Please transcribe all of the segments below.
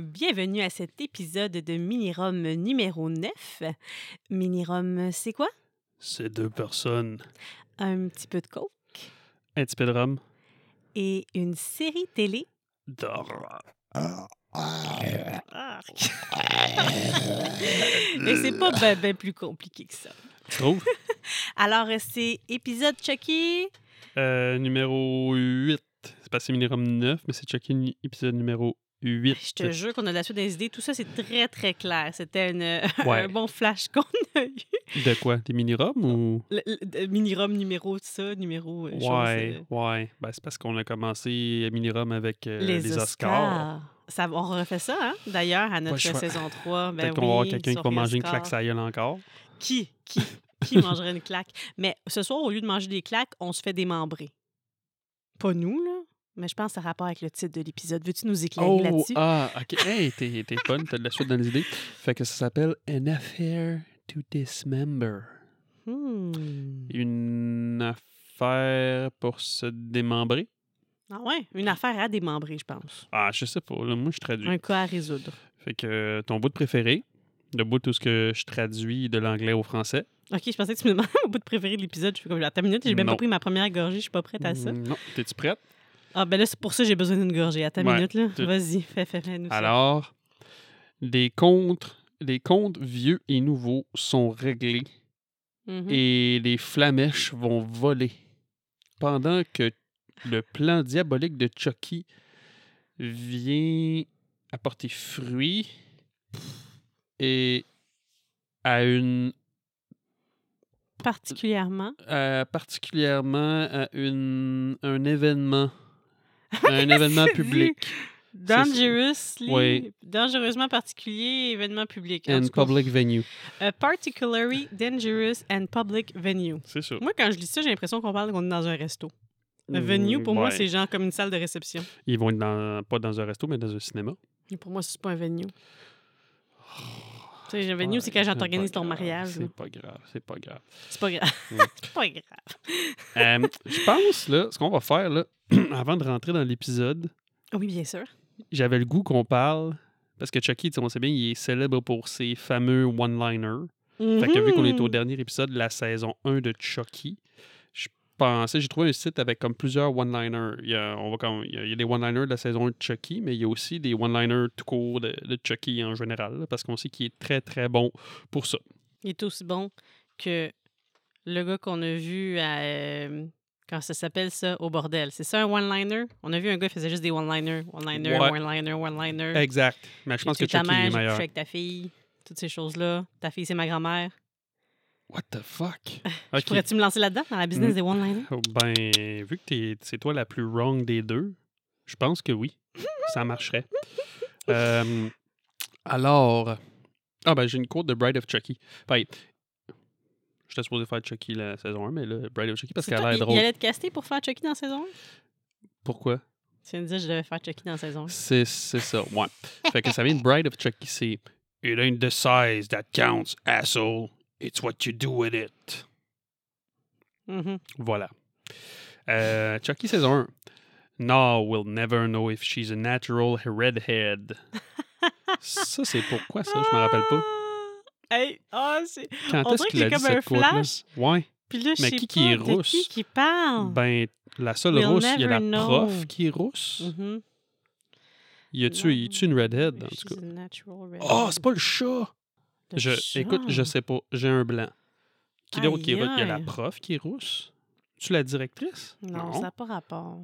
bienvenue à cet épisode de Minirum numéro 9. Minirum, c'est quoi? C'est deux personnes. Un petit peu de coke Un petit peu de rhum. et une série télé. D'or. Ah! Arc. Mais c'est pas ben, ben plus compliqué que ça. Tu trouves? Alors, c'est épisode Chucky. Euh, numéro 8. C'est passé minirum 9, mais c'est checké nu- épisode numéro 8. Je te jure qu'on a de la suite des idées. Tout ça, c'est très, très clair. C'était une- Ouais. un bon flash qu'on a eu. De quoi? Des minirums ou... Le, le- le mini-rum numéro ça, Ah, numéro... euh, ben, chose, euh, Ouais, ouais. Ben, c'est parce qu'on a commencé à minirum avec euh, les, Oscars. Ça, on refait ça, hein, d'ailleurs, à notre choix. saison 3. Ben Peut-être oui, qu'on va avoir quelqu'un qui sur va les manger une Oscars. claque sa gueule encore. Qui? Qui? Qui mangerait une claque? Mais ce soir, au lieu de manger des claques, on se fait démembrer. Pas nous, là. Mais je pense que ça a rapport avec le titre de l'épisode. Veux-tu nous éclairer Oh, là-dessus? ah, ok. Hey, t'es t'es bonne, t'as de la suite dans les idées. Fait que ça s'appelle An Affair to Dismember. Hmm. Une affaire pour se démembrer. Ah ouais, une affaire à démembrer, je pense. Ah, je sais pas. là, moi, je traduis. Un cas à résoudre. Fait que euh, ton bout de préféré, le bout de tout ce que je traduis de l'anglais au français. OK, je pensais que tu me demandais mon bout de préféré de l'épisode. Je suis comme, attends une minute, j'ai même Non. pas pris ma première gorgée, je suis pas prête à ça. Mm, Non, t'es-tu prête? Ah ben là, c'est pour ça que j'ai besoin d'une gorgée. Attends une Ouais, minute, là. tu- Vas-y, fais, fais, fais nous ça. Alors, des contes, les contes vieux et nouveaux sont réglés Mhm. et les flamèches vont voler. Pendant que le plan diabolique de Chucky vient apporter fruit et à une Particulièrement. Euh, particulièrement à une, un événement. À un événement public. Dangerously. Oui. Dangereusement particulier, événement public. En And tout cas, public venue. a particularly dangerous and public venue. C'est sûr. Moi, quand je lis ça, j'ai l'impression qu'on parle qu'on est dans un resto. Un Mm, venue, pour moi, c'est genre comme une salle de réception. Ils vont être dans- pas dans un resto, mais dans un cinéma. Et pour moi, c'est pas un venue. Tu sais, un venue, c'est quand genre, t'organises ton mariage. là. C'est pas grave, c'est pas grave. C'est pas grave. Mm. c'est pas grave. Euh, je pense, là, ce qu'on va faire, là, avant de rentrer dans l'épisode, Oui, bien sûr. j'avais le goût qu'on parle. Parce que Chucky, tu sais, on sait bien, il est célèbre pour ses fameux one-liners. Fait que vu qu'on Mhm. Mmh. est au dernier épisode de la saison 1 de Chucky, je pensais, j'ai trouvé un site avec comme plusieurs one-liners. Il y a, on va comme, il y a, il y a des one-liners de la saison 1 de Chucky, mais il y a aussi des one-liners tout court de, de Chucky en général, là, parce qu'on sait qu'il est très très bon pour ça. Il est aussi bon que le gars qu'on a vu à. euh, quand ça s'appelle ça, au bordel. C'est ça un one-liner? On a vu un gars qui faisait juste des one-liners, one-liner, Ouais. one-liner, one-liner. Exact. Mais je pense que J'ai tué Mmh. ta Chucky mère, est j'ai couché meilleur. avec ta fille, toutes ces choses-là. Ta fille, c'est ma grand-mère. What the fuck? Je Pourrais-tu me lancer là-dedans, dans la business Mm. des one-liners? Oh, ben, vu que t'es- c'est toi la plus wrong des deux, je pense que oui. ça marcherait. Euh, alors. Ah, ben, j'ai une quote de Bride of Chucky. Ben, je t'ai supposé faire Chucky la saison 1, mais là, Bride of Chucky, parce C'est qu'elle toi a l'air qui- drôle. Il allait te caster pour faire Chucky dans saison 1? Pourquoi? Tu viens de dire que je devais faire Chucky dans saison 1. C'est c'est ça, ouais. fait que ça vient de Bride of Chucky, c'est. It ain't the size that counts, asshole. It's what you do with it. Mhm. Voilà. Euh, Chucky saison 1. Now we'll never know if she's a natural redhead. ça, c'est pourquoi ça? Je me rappelle pas. Ah! Hey, ah, c'est... Quand On est-ce dirait qu'il a que dit j'ai comme un cette quote-là? flash. Ouais. Puis là, je Mais sais qui pas qui est de rousse? qui qui parle. Ben, la seule We'll rousse, il y a la never know. prof qui est rousse. Mhm. Y a-tu y a-tu une redhead, en She's tout cas? a natural redhead. Oh, c'est pas le chat! Le Je, chat. écoute, je sais pas. J'ai un blanc. Qui d'autre qui est rousse? Y a la Aïe, aïe. prof qui est rousse? Tu la directrice? Non, ça n'a pas rapport.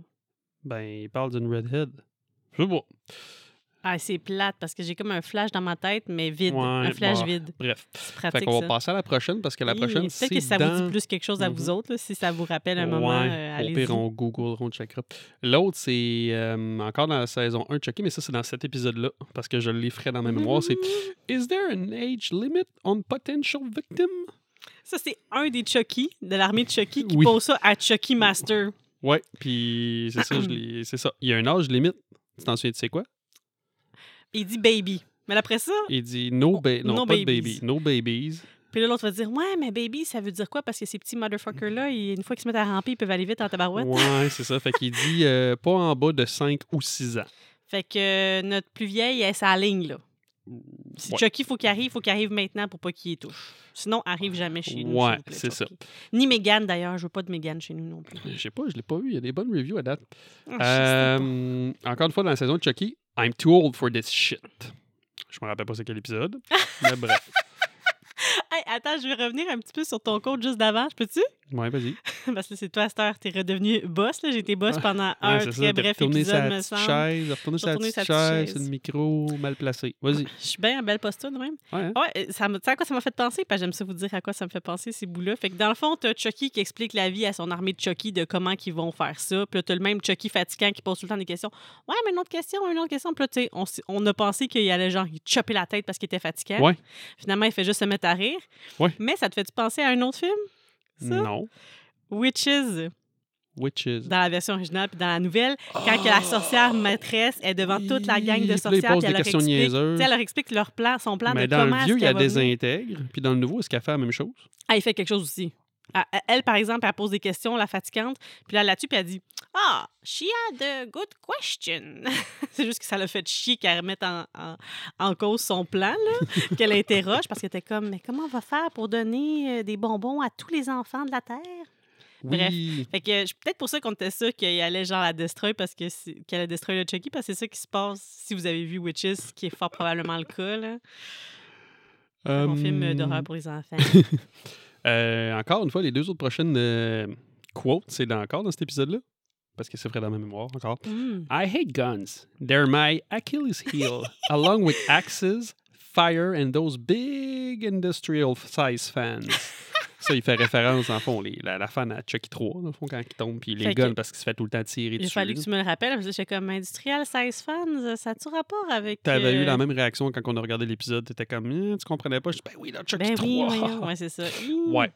Ben, il parle d'une redhead. Je sais pas. Ah, c'est plate parce que j'ai comme un flash dans ma tête, mais vide. Ouais, un flash bah. vide. Bref. C'est Fait pratique. qu'on va ça. passer à la prochaine parce que la Oui, prochaine, c'est Peut-être que ça vous dans- dit plus quelque chose à vous Mhm. autres, là, si ça vous rappelle un moment. Ouais, euh, au allez-y. pire, on Google, on checkera. L'autre, c'est euh, encore dans la saison 1 checké, mais ça, c'est dans cet épisode-là parce que je l'ai frais dans ma mémoire. Mmh. C'est Is there an age limit on potential victim? Ça, c'est un des Chucky, de l'armée de Chucky, qui Oui. pose ça à Chucky Master. Ouais, puis c'est ça, je l'ai- c'est ça. Il y a un âge limite. Tu t'en souviens, tu sais quoi? Il dit baby. Mais après ça, Il dit No, ba- non, Oh, No pas de babies. baby. No babies. puis là, l'autre va dire Ouais, mais baby, ça veut dire quoi Parce que ces petits motherfuckers-là, ils- une fois qu'ils se mettent à ramper, ils peuvent aller vite en tabarouette. Ouais, c'est ça. Fait qu'il dit euh, pas en bas de 5 ou 6 ans. Fait que euh, notre plus vieille, elle est sa ligne, là. Si Ouais. Chucky, faut qu'il arrive, faut qu'il arrive maintenant pour pas qu'il y touche. Sinon, arrive jamais chez nous. Ouais, s'il vous plaît, c'est ça. Chucky. Ni Mégane, d'ailleurs. Je veux pas de Mégane chez nous non plus. Je sais pas, je l'ai pas vu. Il y a des bonnes reviews à date. Ah, je sais pas. Euh, encore une fois, dans la saison de Chucky, I'm too old for this shit. Je me rappelle pas c'est quel épisode. mais bref. Hey, attends, je vais revenir un petit peu sur ton coach juste d'avant. Je peux-tu? Ouais, vas-y. Parce que c'est toi, à cette heure, t'es redevenu boss. là. J'ai été boss pendant un Ah. Ouais, c'est très ça, de bref retourner épisode, sa me petite semble. chaise, de retourner sa Retourner petite sa petite chaise, c'est le chaise. micro mal placé. Vas-y. Je suis bien en belle posture de même. Ouais, hein? Ah Ouais, euh, ça me, tu sais à quoi ça m'a fait penser? Parce que j'aime ça vous dire à quoi ça me fait penser, ces bouts-là. Fait que dans le fond, t'as Chucky qui explique la vie à son armée de Chucky de comment qu'ils vont faire ça. Puis là, t'as le même Chucky fatigant qui pose tout le temps des questions. Ouais, mais une autre question, une autre question. Puis là, tu sais, on, s- on a pensé qu'il allait genre il chopper la tête parce qu'il était fatigant. Ouais. Finalement, il fait juste se mettre à rire. Ouais. Mais ça te fait-tu penser à un autre film? Ça? Non. Witches, Witches. dans la version originale puis dans la nouvelle, quand que la sorcière Oh! maîtresse est devant toute la gang de Puis là, il sorcières, pose puis elle des leur questions explique- tu niaiseuses. sais, elle leur explique leur plan, son plan Mais de dans comment le vieux, est-ce il y a qu'elle va des venir. intègres. Puis dans le nouveau, est-ce qu'elle fait la même chose? Ah, il fait quelque chose aussi. Ah, ah, Elle, par exemple, elle pose des questions, la fatigante, puis là, là-dessus, puis elle dit Ah, she had a good question. c'est juste que ça l'a fait chier qu'elle remette en, en- en cause son plan, là, qu'elle interroge, parce qu'elle était comme Mais comment on va faire pour donner euh, des bonbons à tous les enfants de la Terre Bref. Oui. Fait que euh, c'est peut-être pour ça qu'on était sûr qu'il allait genre la destroy, parce que c'est- qu'elle allait destroy le Chucky, parce que c'est ça qui se passe si vous avez vu Witches, ce qui est fort probablement le cas, là. Mon film hmm. euh, d'horreur pour les enfants. Hum, Euh, encore une fois, les deux autres prochaines euh, quotes, c'est dans- encore dans cet épisode-là. Parce que c'est frais dans ma mémoire, encore. Hmm. I hate guns. They're my Achilles heel, along with axes, fire, and those big industrial size fans. Ça, il fait référence, en fond, les- la, la fan à Chucky 3, dans le fond, quand il tombe, puis les Fait que- guns, parce qu'il se fait tout le temps Il tirer a dessus. fallu là. que tu me le rappelles, parce que j'étais comme industriel size fans, ça a-tu rapport avec. T'avais euh, eu la même réaction quand on a regardé l'épisode. T'étais comme, Hein, tu comprenais pas. Je dis, ben oui, là, Chucky Ben oui, 3. voyons. ouais, c'est ça. Hum. Ouais.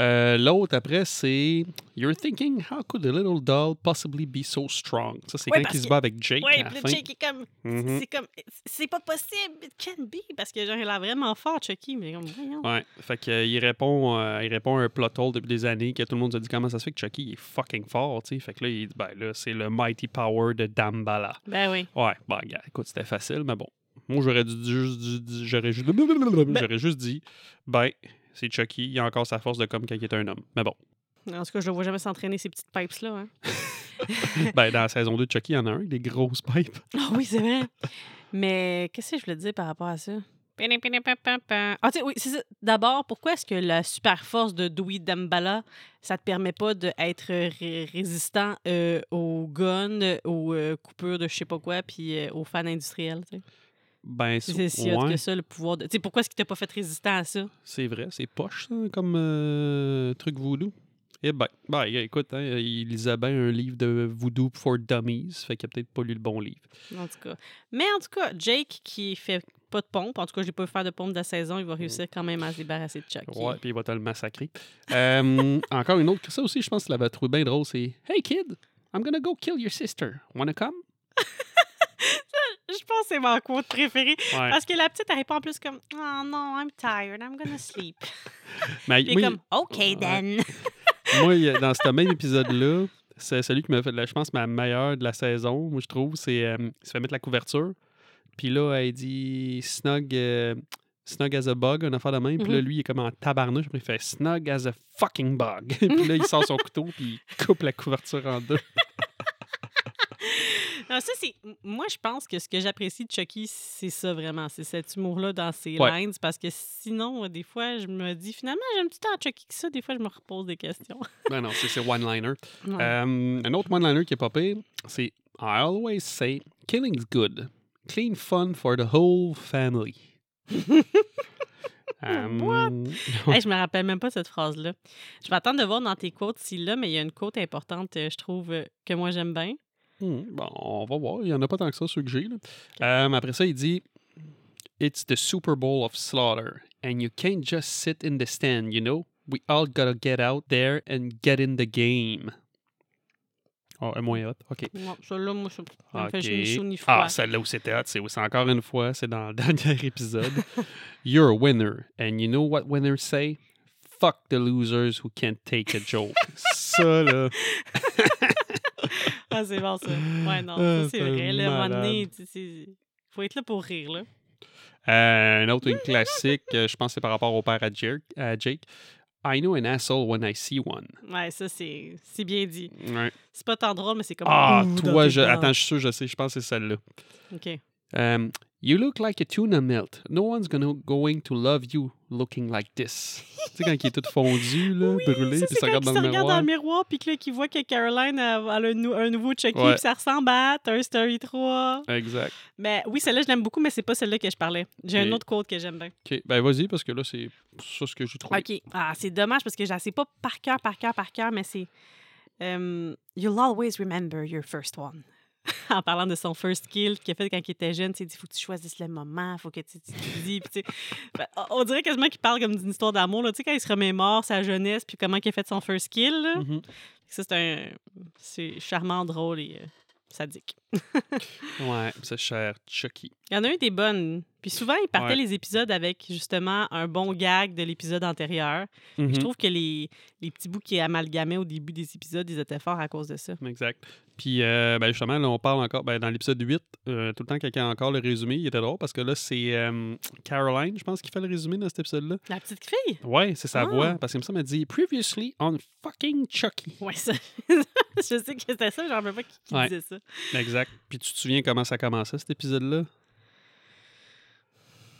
Euh, L'autre après, c'est You're thinking, how could a little doll possibly be so strong? Ça, c'est Ouais, quand parce il se que- bat avec Jake. Ouais, à la puis fin. le Chuck est comme. Mhm. C'est comme. C'est pas possible, it can be, parce que genre, il a vraiment fort, Chucky, mais comme, voyons. Ouais, fait que, euh, il, répond, euh, il répond à un plot hole depuis des années que tout le monde se dit comment ça se fait que Chucky il est fucking fort, tu sais. Fait que là, il dit, ben là, c'est le mighty power de Dambala. Ben oui. Ouais, bah, regarde, écoute, c'était facile, mais bon. Moi, j'aurais dû, juste dû- dû- j'aurais juste, j'aurais juste dit, ben, c'est Chucky, il a encore sa force de comme quand il est un homme. Mais bon, En tout cas, je le vois jamais s'entraîner ces petites pipes-là. hein. ben, dans la saison 2 de Chucky, il y en a un avec des grosses pipes. Ah oui, c'est vrai. Mais qu'est-ce que je voulais dire par rapport à ça? Pini, pini, pa, pa, pa. Ah, tu sais, oui, c'est ça. D'abord, pourquoi est-ce que la super force de Dewey Dambala, ça te permet pas d'être ré- résistant euh, aux guns, euh, aux euh, coupures de je sais pas quoi, puis euh, aux fans industriels? tu sais? Ben, C'est c'est c'est si hot ouais, que ça, le pouvoir de. Tu sais, pourquoi est-ce qu'il t'a pas fait résistant à ça? c'est vrai, c'est poche, ça, comme euh, truc voodoo. Eh ben, ben, écoute, hein, il lisait bien un livre de Voodoo for Dummies, fait qu'il a peut-être pas lu le bon livre. En tout cas. Mais en tout cas, Jake, qui fait pas de pompe, en tout cas, je l'ai pas vu faire de pompe de la saison, il va réussir quand même à se débarrasser de Chucky. Mm. Ouais, puis il va te le massacrer. Euh, encore une autre, ça aussi, je pense que tu l'avais trouvé bien drôle, c'est « Hey kid, I'm gonna go kill your sister. Wanna come? Je pense que c'est mon quote préféré. Ouais. Parce que la petite, elle répond en plus comme Oh non, I'm tired, I'm gonna sleep. Mais Puis moi, comme OK Ouais. then. moi, il y a- dans ce même épisode-là, c'est celui qui m'a fait, la- je pense, ma meilleure de la saison, moi, je trouve, c'est euh, il se fait mettre la couverture. Puis là, elle dit snug, euh, snug as a bug, une affaire de même. Puis là, Mhm. lui, il est comme en tabarnouche. Puis il fait snug as a fucking bug. puis là, il sort son couteau, puis il coupe la couverture en deux. Non, ça, c'est. Moi, je pense que ce que j'apprécie de Chucky, c'est ça vraiment. C'est cet humour-là dans ses Ouais. lines. Parce que sinon, euh, des fois, je me dis finalement, j'aime tout tant Chucky que ça. Des fois, je me repose des questions. Ben non, c'est c'est one-liner. Ouais. Euh, un autre one-liner qui est pas pire, c'est I always say, killing's good. Clean fun for the whole family. Euh, What? Hey, je me rappelle même pas cette phrase-là. Je vais attendre de voir dans tes quotes s'il là, mais il y a une quote importante, euh, je trouve, euh, que moi, j'aime bien. Hmm, bon, on va voir. Il n'y en a pas tant que ça, ceux que j'ai. là. Euh, après ça, il dit It's the Super Bowl of Slaughter, and you can't just sit in the stand, you know? We all gotta get out there and get in the game. Oh, un moyen hot. OK. Bon, celle-là, moi, ça ça me OK. fait ni chaud ni froid. Ah, celle-là où c'était hot, c'est c'est encore une fois, c'est dans le dernier épisode. You're a winner, and you know what winners say? Fuck the losers who can't take a joke. ça, là. Ah, c'est bon, ça. Ouais, non, Ah, ça, c'est c'est un vrai. Là, à un moment donné, malade. tu- c'est- faut être là pour rire, là. Euh, un autre une classique, euh, je pense que c'est par rapport au père à Jer- à Jake. I know an asshole when I see one. Ouais, ça, c'est c'est bien dit. Ouais. C'est pas tant drôle, mais c'est comme... Ah, Ouh, dans toi, tes je... plans. attends, je suis sûr, je sais, je pense que c'est celle-là. OK. Um, you look like a tuna melt. No one's gonna, going to love you looking like this. tu sais, quand il est tout fondu, là, Oui, brûlé, ça, puis c'est quand il ça regarde se dans le regarde dans miroir. le miroir, puis que là, qu'il voit que Caroline elle, elle a un, nou- un nouveau Chucky, Ouais. puis ça ressemble à Toy Story 3. Exact. Mais Ben, oui, celle-là, je l'aime beaucoup, mais c'est pas celle-là que je parlais. J'ai un Ok. autre quote que j'aime bien. OK, ben vas-y, parce que là, c'est ça ce que j'ai trouvé. OK. Ah, c'est dommage parce que je la sais pas par cœur, par cœur, par cœur, mais c'est um, You'll always remember your first one. en parlant de son first kill qu'il a fait quand il était jeune, tu sais, il dit faut que tu choisisses le moment, faut que tu tu te dis. Puis, tu sais, ben, on- on dirait quasiment qu'il parle comme d'une histoire d'amour. là. Tu sais, quand il se remémore sa jeunesse, puis comment il a fait son first kill. là. Mhm. Ça, c'est un. C'est charmant, drôle et euh, sadique. Ouais, c'est cher Chucky. Il y en a eu des bonnes. Puis souvent, ils partaient Ouais. les épisodes avec justement un bon gag de l'épisode antérieur. Mhm. Je trouve que les, les petits bouts qui amalgamaient au début des épisodes, ils étaient forts à cause de ça. Exact. Puis, euh, ben, justement, là, on parle encore, ben, dans l'épisode 8, euh, tout le temps, quelqu'un a encore le résumé, il était drôle, parce que là, c'est euh, Caroline, je pense, qui fait le résumé dans cet épisode-là. La petite fille? Ouais, c'est sa Ah. voix, parce que ça m'a dit « Previously on fucking Chucky ». Ouais, ça. je sais que c'était ça, mais je me rappelle pas qui, qui Ouais. disait ça. Exact. Puis tu te souviens comment ça commençait, cet épisode-là?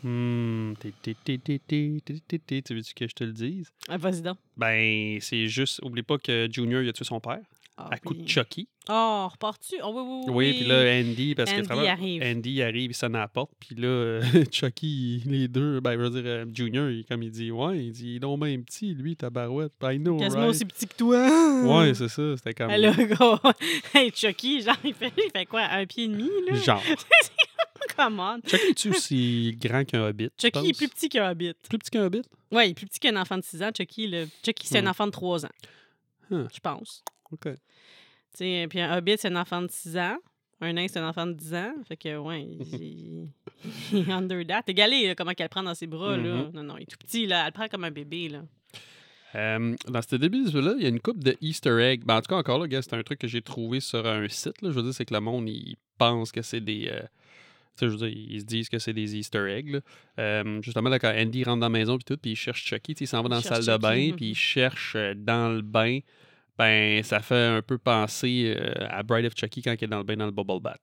Hmm. Ti, ti, ti, ti, ti, ti, ti, ti. Tu veux-tu que je te le dise? Ah, Vas-y donc. Ben, c'est juste, oublie pas que Junior, il a tué son père Ah, à coup oui. de Chucky. Oh, repars-tu? Oh, oui, oui, oui. Ah Oui, puis là, Andy, parce Andy que travers- arrive. Andy il arrive, il sonne à la porte, puis là, euh, Chucky, il- les deux, ben, je veux dire, euh, Junior, il- comme il dit, ouais, il dit, il est donc bien petit, lui, tabarouette, I know, Quasiment right? aussi petit que toi. Ouais, c'est ça, c'était comme, Elle a gros. Hey, Chucky, genre, il fait, il fait quoi? Un pied et demi, là? genre. Comment? Chucky, est-tu aussi grand qu'un hobbit, tu Chucky est plus penses? petit qu'un hobbit. plus petit qu'un hobbit? Ouais, il est plus petit qu'un enfant de 6 ans. Chucky, le... Chucky c'est Hmm. un enfant de 3 ans. Huh. Je pense. OK. Tu sais, puis un hobbit, c'est un enfant de 6 ans. Un nain, c'est un enfant de 10 ans. Fait que, ouais, il, il est under that. Égalé, là, comment qu'elle le prend dans ses bras, là. Mhm. Non, non, il est tout petit, là. Elle le prend comme un bébé, là. Euh, dans ce début de là il y a une coupe de Easter egg. Ben, en tout cas, encore là, gars, c'est un truc que j'ai trouvé sur un site. Là. Je veux dire, c'est que le monde, il pense que c'est des. euh, tu sais, je veux dire, ils se disent que c'est des Easter eggs. là. Euh, justement, là, quand Andy rentre dans la maison, puis tout, puis il cherche Chucky, tu sais, il s'en va Il dans la cherche salle de bain, Chucky, puis mhm. il cherche euh, dans le bain. Ben, ça fait un peu penser euh, à Bride of Chucky quand il est dans le bain dans le Bubble Bat.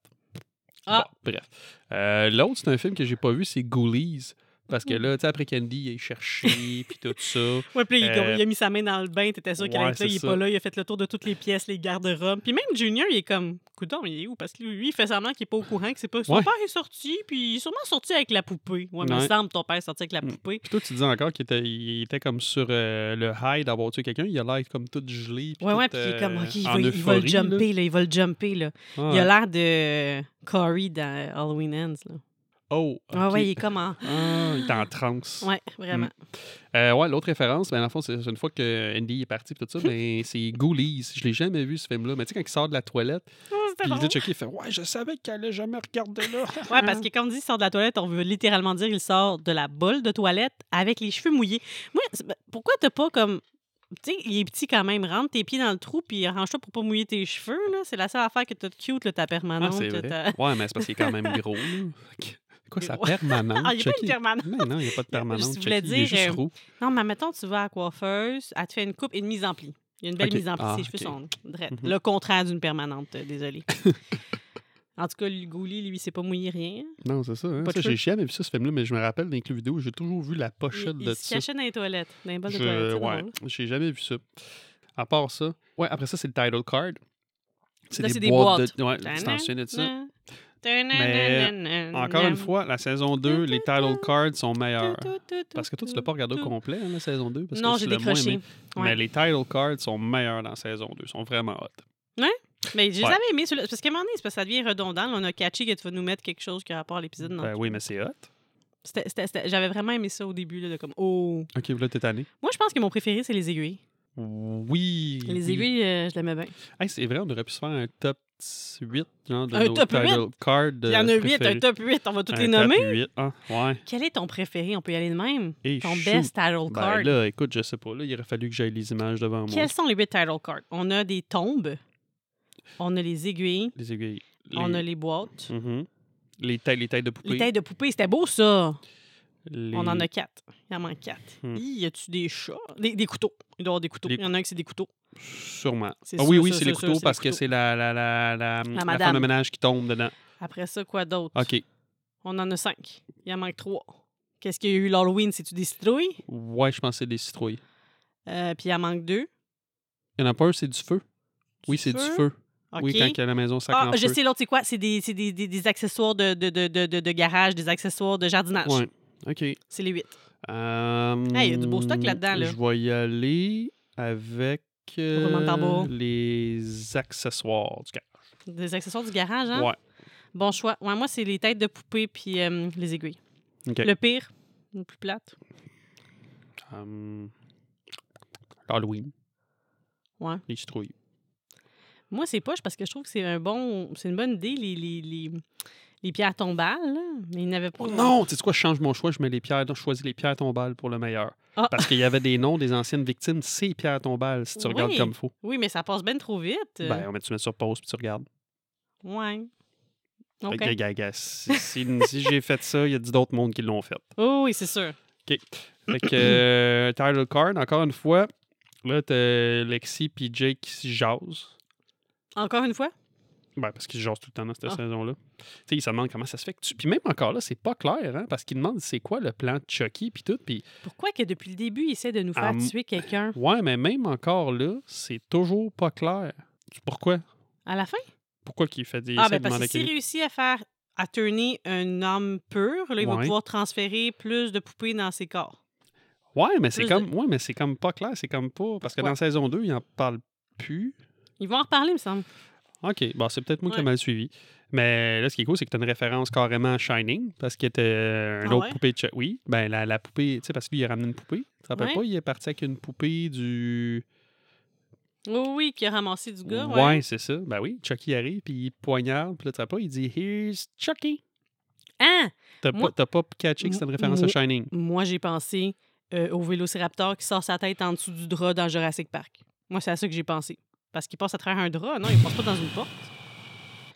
Ah! Bon, bref. Euh, L'autre, c'est un film que j'ai pas vu, c'est Ghoulies. Parce que là, tu sais, après qu'Andy il est cherché, puis tout ça. Ouais, puis là, il, Euh, il a mis sa main dans le bain. T'étais sûr qu'elle ouais, était là. Il c'est est ça. pas là. Il a fait le tour de toutes les pièces, les garde-robes. Puis même Junior, il est comme, coudon, il est où? Parce que lui, il fait semblant qu'il est pas au courant, que c'est pas. Son Ouais. père est sorti, puis il est sûrement sorti avec la poupée. Ouais, mais il me Ouais. semble ton père est sorti avec la Mm. poupée. Puis toi, tu dis encore qu'il était, il était comme sur euh, le high d'avoir tué quelqu'un. Il a l'air comme tout gelé. Ouais, ouais, tout, puis il est euh, comme, OK, il en va, il va le euphorie, là. jumper, là. Il va le jumper, là. Ah, Il a l'air de Corey dans Halloween Ends, là. Oh, ok. Ouais, ouais, il est comme en... Mm. Ah, il est en transe. Ouais, vraiment. Euh, ouais, l'autre référence, ben, dans le fond, c'est c'est une fois que Andy est parti pis tout ça, ben, c'est Ghoulies. Je l'ai jamais vu, ce film-là. Mais tu sais, quand il sort de la toilette, Oh, c'était puis il drôle. dit Chucky, il fait Ouais, je savais qu'elle allait jamais regarder là. Ouais, parce que quand on dit il sort de la toilette, on veut littéralement dire il sort de la bolle de toilette avec les cheveux mouillés. Moi, c'est- ben, pourquoi t'as pas comme. Tu sais, il est petit quand même. Rentre tes pieds dans le trou puis arrange-toi pour pas mouiller tes cheveux. là. C'est la seule affaire que t'as de cute, là, ta Ah, permanente. c'est là, ta- vrai. Ouais, mais c'est parce qu'il est quand même gros. là. C'est Quoi, ça Gros. permanente? Ah, il n'y a pas une Mm, Chucky? permanente. Mais non, il n'y a pas de permanente. Je Chucky, voulais il est dire, juste euh, roux. Non, mais mettons, tu vas à la coiffeuse, elle te fait une coupe et une mise en pli. Il y a une belle Ok. mise en pli. Ah, Ses cheveux ok. sont drettes. Mhm. Le contraire d'une permanente, euh, désolé. en tout cas, le Gouli, lui, s'est pas mouillé rien. Non, c'est ça. hein. Pas de Ça, cheveux. J'ai jamais vu ça, ce film-là, mais je me rappelle dans les clubs vidéo, j'ai toujours vu la Il, pochette il de se ça. cachait dans les toilettes, dans les bols de toilettes. Je, c'est ouais, drôle. j'ai jamais vu ça. À part ça, ouais, après ça, c'est le title card. Là, c'est des boîtes. de. Ouais, Ta-na, tu t'en souviens de ça. Na, Mais, ta-na-na-na-na. Encore une fois, la saison 2, les title cards sont meilleurs. Tout, tout, tout, Parce que toi, tu l'as pas regardé au tout. complet, hein, la saison 2. Parce que Non, tu j'ai l'as moins décroché. aimé. Ouais. Mais les title cards sont meilleurs dans la saison 2. sont vraiment hot. Mais j'ai Ouais. jamais aimé celui-là. Parce qu'à un moment donné, c'est parce que ça devient redondant. là, on a catché que tu vas nous mettre quelque chose qui a rapport à l'épisode. dans- Ben oui, mais c'est hot. C'était- c'était- c'était- J'avais vraiment aimé ça au début, là, de comme oh. Ok, là, t'es tanné. Moi, je pense que mon préféré, c'est les aiguilles. Oui. Les oui. aiguilles, euh, je l'aimais bien. Hey, c'est vrai, on aurait pu se faire un top 8 genre, de Un nos top title cards. euh, Il y en a huit, préférés. un top 8, on va tous Un les top nommer. huit, hein, Ouais. Quel est ton préféré? On peut y aller de même. Et Ton shoot. best title Ben card. là, écoute, je sais pas. Là, il aurait fallu que j'aille les images devant moi. Quels sont les huit title cards? On a des tombes. On a les aiguilles, les aiguilles. Les... on a les boîtes. Mhm. les, têtes, les têtes de poupées. Les têtes de poupées, c'était beau, ça. les- On en a quatre. Il en manque quatre. Hmm. Hi, y a-tu des chats? Des, des couteaux. Il doit y avoir des couteaux. Les- Il y en a un qui c'est des couteaux. Sûrement. C'est Ah sûr, oui, oui, sûr, c'est les sûr, sûr, couteaux c'est parce les que couteaux. c'est la, la, la, la, la femme de madame. ménage qui tombe dedans. Après ça, quoi d'autre? OK. On en a cinq. Il en manque trois. Qu'est-ce qu'il y a eu l'Halloween? C'est-tu des citrouilles? Ouais, je pense que c'est des citrouilles. Euh, puis il en manque deux. Il y en a pas un, c'est du feu. oui, c'est du feu. OK. Oui, quand que la maison s'accroche. Ah, je sais l'autre, c'est quoi? C'est des, c'est des, des- des accessoires de, de, de, de, de- de garage, des accessoires de jardinage. Ouais. OK. C'est les huit. Euh, Hey, il y a du beau stock là-dedans, là. Je vais y aller avec euh, Roulement de tambour. les accessoires du cas. Des accessoires du garage, hein? Ouais. Bon choix. Ouais, moi, c'est les têtes de poupée puis euh, les aiguilles. OK. Le pire, le plus plate. Euh, Halloween. Ouais. Les citrouilles. Moi, c'est poche parce que je trouve que c'est un bon, c'est une bonne idée, les, les, les, les pierres tombales. là. Mais ils n'avaient pas. Oh non! Tu sais quoi, je change mon choix, je mets les pierres. Non, je choisis les pierres tombales pour le meilleur. Ah. Parce qu'il y avait des noms des anciennes victimes, c'est pierres tombales, si tu regardes Oui. comme faux. Oui, mais ça passe bien trop vite. Ben, on met, tu mets sur pause puis tu regardes. Ouais. OK. Fait que, gars, gars, si, si- si j'ai fait ça, il y a dix d'autres mondes qui l'ont fait. Oh, oui, c'est sûr. Fait que euh, title card, encore une fois. Là, t'as Lexi puis Jake qui se jasent. Encore une fois? Ben, parce qu'ils se jasent tout le temps dans cette Ah. saison-là. Tu sais, ils se demandent comment ça se fait que tu. Puis même encore là, c'est pas clair, hein, parce qu'ils demandent c'est quoi le plan de Chucky puis tout. Puis Pourquoi que depuis le début, il essaie de nous faire Ah, m- tuer quelqu'un ouais, mais même encore là, c'est toujours pas clair. Pourquoi? à la fin? Pourquoi qu'il fait des. ah, essaie ben de parce demander que à s'il quelqu'un- réussit à faire, à tourner un homme pur, là, il va Ouais. pouvoir transférer plus de poupées dans ses corps. Ouais, mais c'est Plus de- comme. Ouais, mais c'est comme pas clair. C'est comme pas. Parce que Pourquoi? dans saison 2, ils en parlent plus. Ils vont en reparler, il me semble. OK. Bon, c'est peut-être moi qui ai Ouais. mal suivi. Mais là, ce qui est cool, c'est que tu as une référence carrément à Shining, parce qu'il était euh, une Ah autre ouais? poupée de Chuck. Oui, ben la, la poupée, tu sais, parce qu'il a ramené une poupée. Ça rappelle Ouais. pas, il est parti avec une poupée du. Oui, oui, qui a ramassé du gars. ouais, Ouais. c'est ça. Ben oui, Chucky arrive, puis il poignarde, puis là, tu sais pas, il dit Here's Chucky. Hein? T'as Moi- pas, t'as pas catché que c'est une référence à Moi- Shining. Moi, j'ai pensé euh, au vélociraptor qui sort sa tête en dessous du drap dans Jurassic Park. Moi, c'est à ça que j'ai pensé. Parce qu'il passe à travers un drap, non? Il passe pas dans une porte.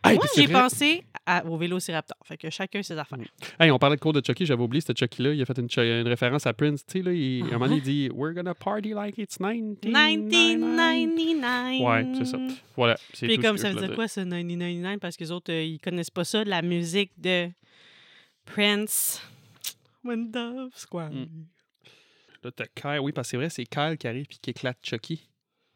Hey, Moi, puis c'est j'ai vrai- pensé à- au vélociraptor. Fait que chacun ses affaires. Hey, on parlait de cours de Chucky, j'avais oublié ce Chucky-là. Il a fait une, Chu- une référence à Prince. Tu sais, là, il, à un moment donné, il dit Uh-huh. We're gonna party like it's 1999. 1999. Ouais, c'est ça. Voilà, c'est Puis tout comme ce ça que je veut voulais dire quoi, ça, 1999? Parce que les autres, euh, ils connaissent pas ça, de la musique de Prince. When Dove Square. Mm. Là, t'as Kyle. Oui, parce que c'est vrai, c'est Kyle qui arrive puis qui éclate Chucky.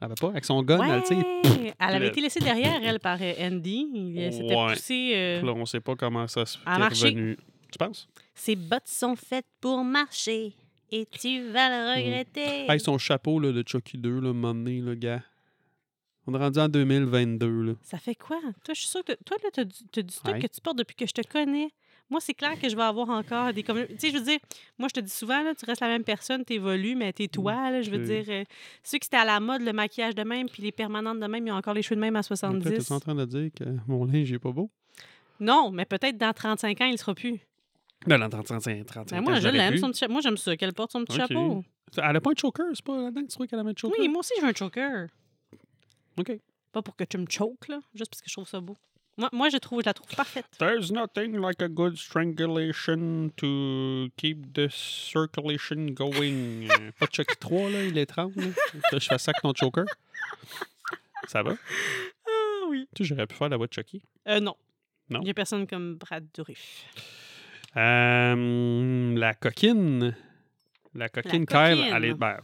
Elle avait pas, avec son gun, elle, tu sais. Ouais, elle avait le- été laissée derrière, elle, par euh, Andy. Il euh, s'était Ouais. poussé. euh, Là, on sait pas comment ça se a qu'est marché. revenu. Tu penses? Ses bottes sont faites pour marcher et tu vas le regretter. Mm. Hey, son chapeau là, de Chucky 2, là, m'a amené, le gars. On est rendu en 2022, là. Ça fait quoi? Toi, je suis sûre que t'as- toi, là, t'as du, t'as du stock Ouais. que tu portes depuis que je te connais. Moi, c'est clair que je vais avoir encore des... commun- Tu sais, je veux dire, moi, je te dis souvent, là, tu restes la même personne, t'évolues, mais t'es Mm. toi, là, je veux c'est- dire. euh, ceux qui étaient à la mode, le maquillage de même, puis les permanentes de même, ils ont encore les cheveux de même à Donc là, T'es 70. en train de dire que mon linge est pas beau? Non, mais peut-être dans 35 ans, il sera plus. Non, non, 35, 35. Mais Ben, moi, je l'aurais l'aime, eu. son petit cha- Moi, j'aime ça, qu'elle porte son petit Ok. chapeau. Elle a pas un choker, c'est pas là-dedans que tu trouves qu'elle a un choker? Oui, moi aussi, je veux un choker. OK. Pas pour que tu me choques, là, juste parce que je trouve ça beau. Moi, moi je, trouve, je la trouve parfaite. There's nothing like a good strangulation to keep the circulation going. Euh, Pas de Chucky 3, là, il est 30. Là. Que je fais ça avec ton choker. Ça va? Ah oui. Tu sais, j'aurais pu faire la voix de Chucky. Euh, non. Non? Il n'y a personne comme Brad Dourif. Euh, la coquine. La coquine, Kyle, coquine. elle est. Ben,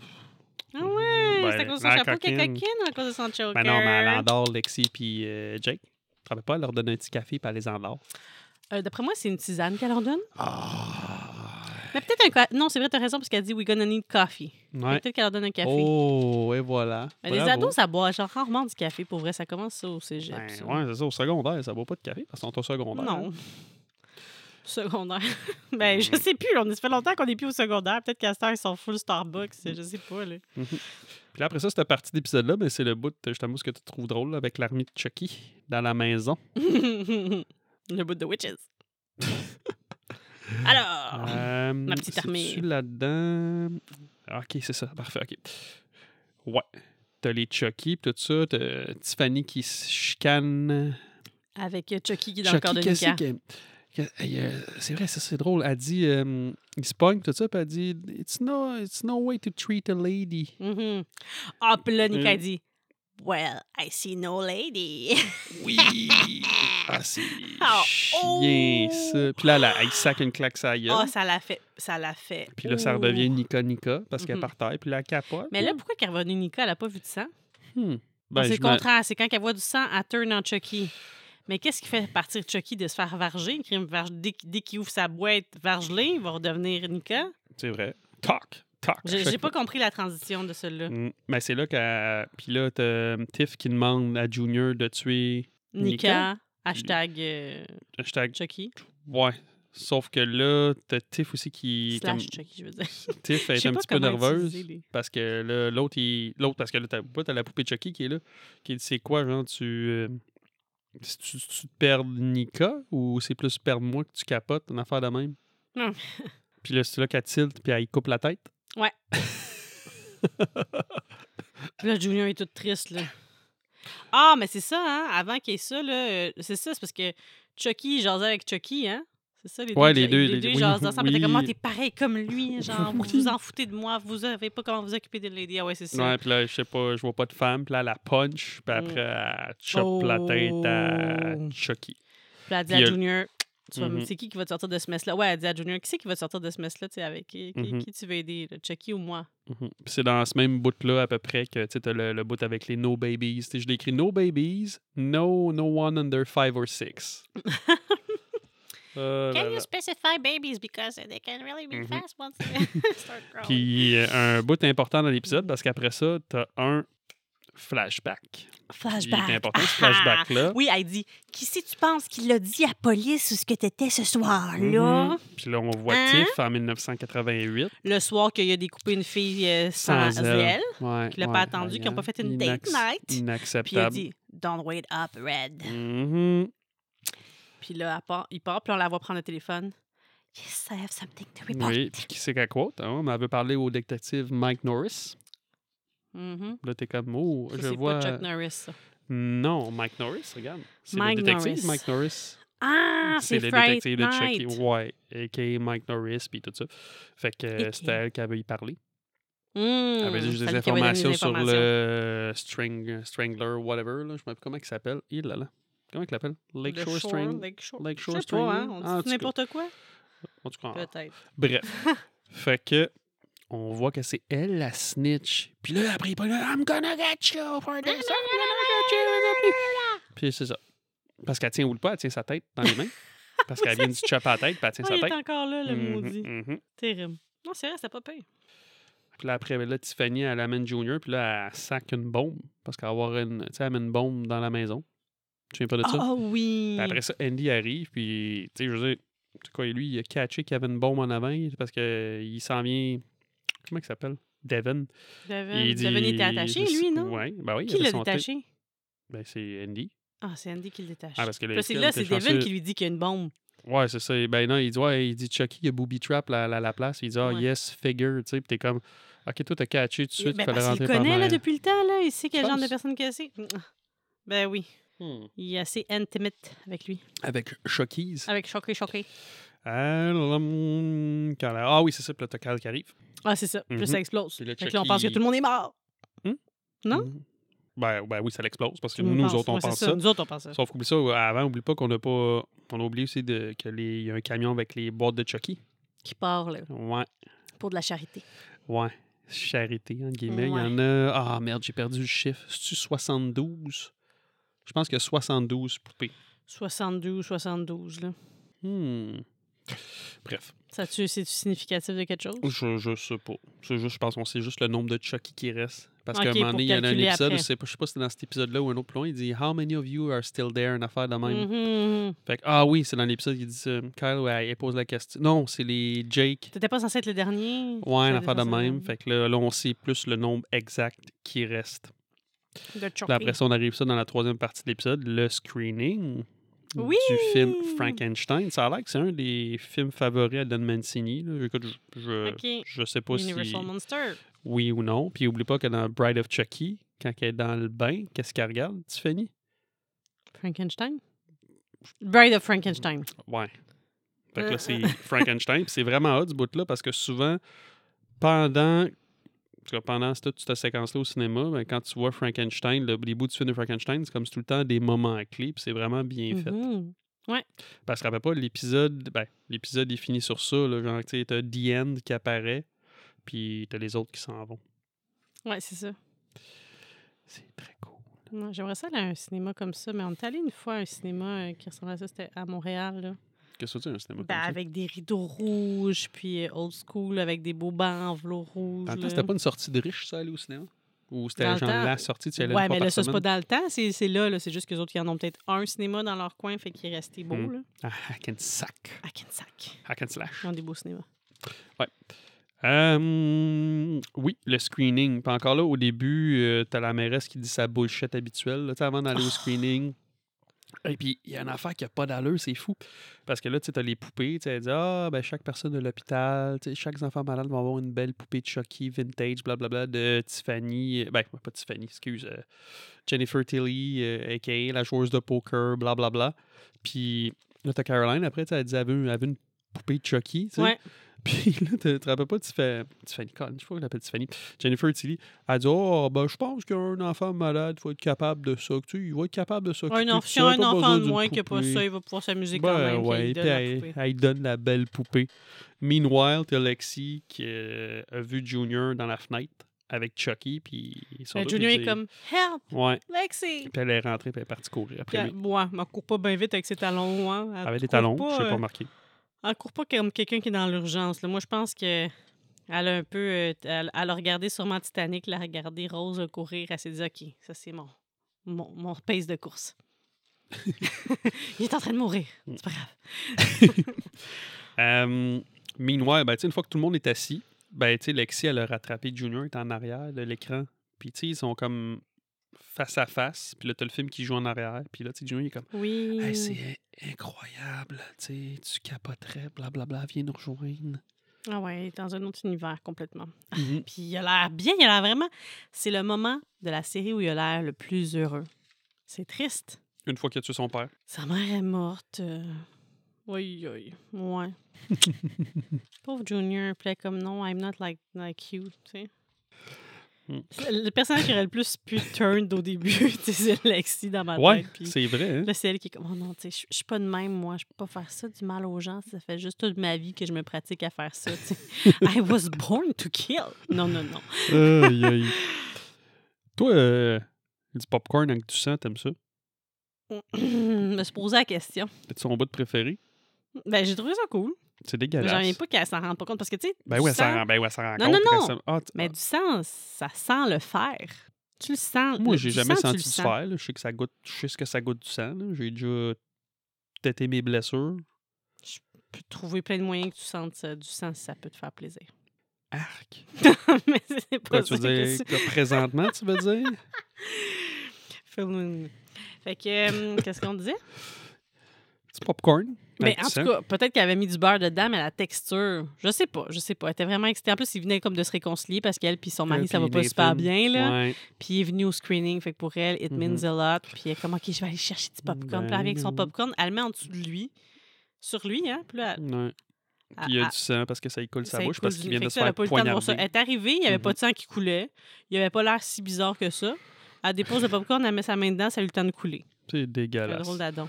Ah ouais, Ben, c'est à cause de son la chapeau qu'elle coquine. coquine ou à cause de son choker. ben non, mais elle endort Lexi puis euh, Jake. Tu te rappelles pas, elle leur donne un petit café puis elle les endort. Euh, D'après moi, c'est une tisane qu'elle leur donne. Ah! Mais peut-être un. co- Non, c'est vrai, t'as raison, parce qu'elle dit We're gonna need coffee. Fait Ouais. que Peut-être qu'elle leur donne un café. Oh, et voilà. mais les Bravo. ados, ça boit genre rarement du café. Pour vrai, ça commence ça au cégep. Ben, ça. ouais, c'est ça. Au secondaire, ça boit pas de café parce qu'on est au secondaire. non. Secondaire. ben, Mm. je sais plus. là, on- Ça fait longtemps qu'on n'est plus au secondaire. Peut-être qu'à cette heure, ils sont full Starbucks. Je sais pas, là. Puis là, après ça, cette partie d'épisode-là, ben, c'est le bout, euh, justement, ce que tu trouves drôle là, avec l'armée de Chucky dans la maison. Le bout de Witches. Alors. Euh, la Ah, petite c'est-tu Ah, armée. là-dedans. Ok, c'est ça. Parfait. Ok. Ouais. T'as les Chucky, pis tout ça. T'as Tiffany qui se chicane. Avec euh, Chucky qui est dans le corps Chucky, de qu'est-ce Nika. que- que- hey, euh, C'est vrai, ça, c'est drôle. Elle dit, euh, il se pogne, tout ça, puis elle dit, it's no, it's no way to treat a lady. Mhm. Ah, puis là, Nika Euh. dit Well, I see no lady. Oui! ah, c'est Ah, chien, oh! ça. Puis là, là, elle sac une claque sa gueule. Ah, ça l'a fait. Ça l'a fait. Puis là, ça Ouh. redevient Nika Nika parce qu'elle Mhm. part terre, puis là, elle capote. Mais là, pourquoi qu'elle est revenue, Nika Elle n'a pas vu de sang. Hmm. Ben, c'est je le me- contraire. C'est quand elle voit du sang, elle turn en Chucky. Mais qu'est-ce qui fait partir Chucky de se faire varger? Crime varge- Dès, qu'il- dès qu'il ouvre sa boîte vargelée, il va redevenir Nika. C'est vrai. Talk, talk. J'ai j'ai pas compris la transition de celui-là. Mm. Mais c'est là qu'elle. Puis là, t'as euh, Tiff qui demande à Junior de tuer. Nika? Nika, hashtag euh, Hashtag. Chucky. Ouais. Sauf que là, t'as Tiff aussi qui. est Slash comme- Chucky, je veux dire. Tiff Je est sais un pas petit peu comment nerveuse. utiliser les- Parce que là, l'autre, il... l'autre, parce que là, t'as ouais, t'as la poupée Chucky qui est là. Qui dit c'est quoi, genre, tu. euh, si tu, tu te perds Nika ou c'est plus perdre moi que tu capotes, une affaire de même? Non. puis là, c'est là qu'elle tilt, puis elle y coupe la tête. Puis là, Junior est tout triste, là. Ah, mais c'est ça, hein? Avant qu'il y ait ça, là, euh, c'est ça, c'est parce que Chucky jasait avec Chucky, hein? C'est ça, les Ouais, deux, les deux, les- oui, jasaient ensemble. Puis t'es comme, oui. Ah, t'es pareil comme lui, genre, vous Oui. vous en foutez de moi, vous savez pas comment vous occuper de Lady. Ah ouais, c'est ça. Ouais, puis là, je sais pas, je vois pas de femme. Puis là, la punch. Puis après, elle chope la tête Oh. à Chucky. Puis elle dit Puis à elle- Junior, Tu vas me- Mhm. c'est qui qui va te sortir de ce mess-là? Ouais, elle dit à Junior, qui c'est qui va te sortir de ce mess-là, tu sais, avec qui, qui- Mhm. qui tu veux aider, là, Chucky ou moi? Mhm. Puis c'est dans ce même bout-là, à peu près, que tu sais, t'as le, le bout avec les no babies. Tu sais, je l'écris no babies, no, no one under five or six. Euh, là, là. specify babies because they can really be Mhm. fast once start Puis euh, un bout important dans l'épisode, parce qu'après ça, t'as un flashback. Il Flashback. est important, ce Ah ah. flashback-là. Oui, elle dit Qui si tu penses qu'il l'a dit à la police ou ce que t'étais ce soir-là Mhm. Puis là, on voit Hein? Tiff en 1988. Mm-hmm. Le soir qu'il a découpé une fille euh, sans, Sans elle. elle. Ouais, Qui l'a ouais, pas attendu, qui ont voyant. pas fait une date Inac- night. Puis il a Inacceptable. dit Don't wait up, Red. Mhm. Puis là, elle part- il part, puis on la voit prendre le téléphone. Yes, I have something to report. Oui, puis qui c'est qu'elle quote? hein? On m'avait parlé au détective Mike Norris. Mhm. Là, t'es comme, oh, Ça, je c'est vois. pas Chuck Norris, ça. non, Mike Norris, regarde. C'est le Mike détective Norris. Mike Norris. Ah, c'est c'est le Fright détective de Chucky. Night. Ouais, a.k.a. Mike Norris, puis tout ça. Fait que euh, A.k.a.. c'était elle qui avait y parlé. Mhm. Elle avait dit Celle juste des qui avait donné informations, les sur informations. le string, Strangler, whatever. Là. Je me rappelle comment il s'appelle. Il là, là. Comment il l'appelle? Le Lakeshore shore, String. Lakeshore. Je Lakeshore sais String. pas, hein, on dit Ah, en tout cas, Ah. n'importe quoi. en tout cas, Peut-être. Ah, Bref. fait que on voit que c'est elle la snitch. Puis là, après, il parle I'm gonna get you for this. I'm gonna get you. Puis c'est ça. Parce qu'elle tient ou pas, elle tient sa tête dans les mains. Parce qu'elle vient de se chopper la tête, puis elle tient Ah, il sa est tête. encore là, le Mhm, maudit. mhm. Terrible. Non, c'est vrai, c'était pas payé. Puis là, après, ben là, Tiffany, elle amène Junior, puis là, elle sac une bombe. Parce qu'elle va avoir une. Tu sais, elle met une bombe dans la maison. Tu viens pas de ça? Ah oui! Puis après ça, Andy arrive, puis, tu sais, je veux dire, c'est quoi, lui, il a catché qu'il y avait une bombe en avant, parce qu'il s'en vient. Comment il s'appelle Devin. Devin, Devin était attaché, lui, non? Oui, ben oui. il Qui avait l'a son détaché? tête. Ben, c'est Andy. Ah, c'est Andy qui le détache. Ah, parce que Puis là, c'est là, c'est Devin qui lui dit qu'il y a une bombe. Ouais, c'est ça. Ben non, il dit, ouais, il dit Chucky, il y a Booby Trap à la, la place. Il dit, ah, Ouais. yes, figure, tu sais, puis t'es comme, ok, toi, t'as catché tout Il- de suite, ben, fallait parce qu'il rentrer le par connaît là, derrière. depuis le temps, là. il sait quel genre de penses? personne que c'est. Ben oui, Hmm. il est assez intimate avec lui. Avec Chucky's. Avec Choqué, Choqué. Ah, hum, quand la- ah oui, c'est ça, puis là, t'as Cal qui arrive. Ah, c'est ça. Puis là, Mhm. ça explose. Puis là, Fait que là, on Chucky, pense que il- tout le monde est mort. Non? Mhm. Ben, ben oui, ça l'explose parce que Tout le nous, monde pense. autres, on Ouais, c'est pense ça. Nous autres, on pense ça. Sauf qu'oublie ça, avant, oublie pas qu'on n'a pas. On a oublié aussi de- que les- il y a un camion avec les boîtes de Chucky. Qui part, là, Ouais, pour de la charité. ouais. Charité, entre guillemets. Il Ouais. y en a. Ah merde, j'ai perdu le chiffre. C'est-tu 72? Je pense qu'il y a 72 poupées. 72, 72, là. Hmm. Bref, Ça, tu- c'est-tu significatif de quelque chose? je, je sais pas. C'est juste, je pense qu'on sait juste le nombre de Chucky qui reste. Parce Ok, qu'à un moment pour donné, il y en a un calculer épisode, après. où c'est pas- je sais pas si c'est dans cet épisode-là ou un autre plan, il dit How many of you are still there? Une affaire de même. Mhm. Fait que, ah oui, c'est dans l'épisode qu'il dit ça. Kyle, ouais, il pose la question. Non, c'est les Jake. T'étais pas censé être le dernier? Ouais, Ça une affaire de dépend, ça même. dépend. Fait que là, là, on sait plus le nombre exact qui reste. De Puis après Chucky. ça, on arrive ça dans la troisième partie de l'épisode, le screening Oui! du film Frankenstein. Ça a l'air que c'est un des films favoris à Don Mancini. là. Écoute, je, je, Ok. je sais pas Universal si Monster. oui ou non. Puis oublie pas que dans Bride of Chucky, quand elle est dans le bain, qu'est-ce qu'elle regarde, Tiffany? Frankenstein? Bride of Frankenstein. Ouais. Fait que là, c'est Frankenstein. Puis c'est vraiment hot, ce bout-là, parce que souvent, pendant, en tout cas, pendant cette, toute cette séquence-là au cinéma, ben, quand tu vois Frankenstein, le- les bouts du film de Frankenstein, c'est comme c'est tout le temps des moments clés, puis c'est vraiment bien fait. Mhm. Parce que rappelle pas, l'épisode, ben, l'épisode est fini sur ça, là, genre, tu sais, t'as The End qui apparaît, puis t'as les autres qui s'en vont. Ouais, c'est ça. C'est très cool. Ouais, J'aimerais ça aller à un cinéma comme ça, mais on est allé une fois à un cinéma euh, qui ressemblait à ça, c'était à Montréal. Là. Qu'est-ce que tu un cinéma Ben, comme ça? avec des rideaux rouges, puis euh, old school, avec des beaux bancs en velours rouge. Dans le temps, c'était pas une sortie de riche, ça, aller au cinéma? Ou Dans c'était le genre temps- la sortie, tu y allais Ouais, une fois mais par là, ça, c'est semaine? pas dans le temps, c'est c'est là. là. C'est juste que les autres, ils en ont peut-être un cinéma dans leur coin, fait qu'il est resté beau. Mm. Là. Ah, hack and sack. À Kensack, Hack and slash. ils ont des beaux cinémas. Euh, oui, le screening. Puis encore là, au début, euh, t'as la mairesse qui dit sa bullshit habituelle, là, tu sais, avant d'aller au screening. Et puis, il y a une affaire qui n'a pas d'allure, c'est fou. Parce que là, tu sais, t'as les poupées, tu sais, elle dit Ah, ben, chaque personne de l'hôpital, tu sais, chaque enfant malade va avoir une belle poupée de Chucky vintage, blablabla, de Tiffany, ben, pas Tiffany, excuse, euh, Jennifer Tilly, euh, aka la joueuse de poker, blablabla. Puis, là, t'as Caroline, après, tu sais, elle dit Elle veut, elle veut une poupée de Chucky, tu sais. Ouais. Puis là, tu te rappelles pas, tu fais Tiffany, Colin, je sais pas qu'elle l'appelle Tiffany. Jennifer Tilly, elle dit Oh, ben, je pense qu'un enfant malade, il faut être capable de ça. que Tu sais, il va être capable de ça. Un enfant, un enfant de moins qui a pas ça, il va pouvoir s'amuser quand même. puis il Ben ouais, donne puis la elle, poupée. elle lui donne la belle poupée. Meanwhile, t'as Lexi qui euh, a vu Junior dans la fenêtre avec Chucky. Puis ils sont Le là, Ben, Junior puis est ils- comme Help, Ouais. Lexi! Puis elle est rentrée, puis elle est partie courir après lui. Moi, elle court pas bien vite avec ses talons. hauts, Hein. Elle Avec des court talons, pas, je sais euh, pas remarqué. Elle court pas comme quelqu'un qui est dans l'urgence. là. Moi, je pense que elle a un peu. euh, Elle, elle a regardé sûrement Titanic, elle a regardé Rose euh, courir. Elle s'est dit OK, ça c'est mon, mon, mon pace de course. Il est en train de mourir. C'est pas grave. Euh, meanwhile, ben, tu sais, une fois que tout le monde est assis, ben, tu sais, Lexi, elle a rattrapé Junior, il est en arrière de l'écran. Puis, tu sais, ils sont comme face à face. Puis là, t'as le film qui joue en arrière. Puis là, tu sais, Junior, il est comme Oui. Hey, c'est Mm. incroyable, tu sais, tu capoterais, blablabla, viens nous rejoindre. Ah ouais, il est dans un autre univers complètement. Mhm. Puis il a l'air bien, il a l'air vraiment. C'est le moment de la série où il a l'air le plus heureux. C'est triste. Une fois qu'il a tué son père. Sa mère est morte. euh, Oui, oui, ouais. Pauvre Junior, plaît comme non, I'm not like, like you, tu sais. Mm. C'est Le personnage qui aurait le plus pu turned au début, tu sais, c'est Lexi dans ma Ouais, tête. Ah, ben, Puis c'est vrai. hein? là, c'est elle qui est comme, oh non, tu sais, je- je suis pas de même, moi, je peux pas faire ça, du mal aux gens, ça fait juste toute ma vie que je me pratique à faire ça, tu sais. I was born to kill. Non, non, non. Aïe, aïe. Toi, euh, du popcorn avec du sang, t'aimes ça? Je me suis posé la question. C'est son bout de préféré? Ben, j'ai trouvé ça cool. C'est mais dégueulasse. J'en ai pas qu'elle s'en rende pas compte parce que, tu sais, Ben du ouais, elle s'en sang, rend- ben ouais, elle s'en rend Non, compte, non, puis elle non. s'en- Ah, tu- Mais du sang, ça sent le fer. Tu le sens. Moi, le- j'ai du jamais sang, tu senti le du sens. fer. là. Je sais que ça goûte, je sais ce que ça goûte du sang. là. J'ai déjà têté mes blessures. Tu peux trouver plein de moyens que tu sentes ça, du sang si ça peut te faire plaisir. Arc. Mais c'est pas Quoi, ça tu veux que dire c'est. que présentement, tu veux dire? Feeling. Fait que, euh, qu'est-ce qu'on disait? Du popcorn. Mais avec Ben, en du sang. tout cas, peut-être qu'elle avait mis du beurre dedans, mais la texture, je sais pas, je sais pas. Elle était vraiment excitée. En plus, ils venaient comme de se réconcilier parce qu'elle puis son mari, Euh, ça va puis pas les super films. bien, là. Ouais. Puis il est venu au screening, fait que pour elle, it Mhm. means a lot. Puis elle est comme, OK, je vais aller chercher du popcorn. Puis elle Ben revient avec son non. popcorn, elle le met en dessous de lui, sur lui, hein. Puis là, elle- Ouais. Puis il y elle- a du sang parce que ça y coule sa Ça bouche écoule parce du qu'il nez. vient de Fait se que ça, elle a faire pas eu le temps de voir ça. Elle poignarder. Mm-hmm. est arrivée, il n'y avait pas de sang qui coulait. Il avait pas l'air si bizarre que ça. Elle dépose le popcorn, elle met sa main dedans, ça a eu le temps de couler. C'est C'est un dégueulasse. drôle d'adon.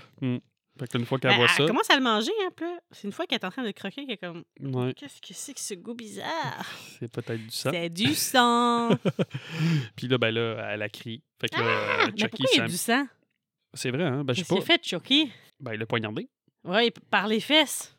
Fait que une fois Ben, qu'elle voit elle ça, commence à le manger, hein, puis là, C'est une fois qu'elle est en train de croquer, qu'elle est comme ouais, Qu'est-ce que c'est que ce goût bizarre c'est peut-être du sang. C'est du sang Puis là, ben là, elle a crié. Fait que là, Ah, Mais Chucky, pourquoi il y ça- a du sang c'est vrai, hein? Ben, je Il sais pas. s'est fait choquer. Ben, il l'a poignardé. Ouais, par les fesses.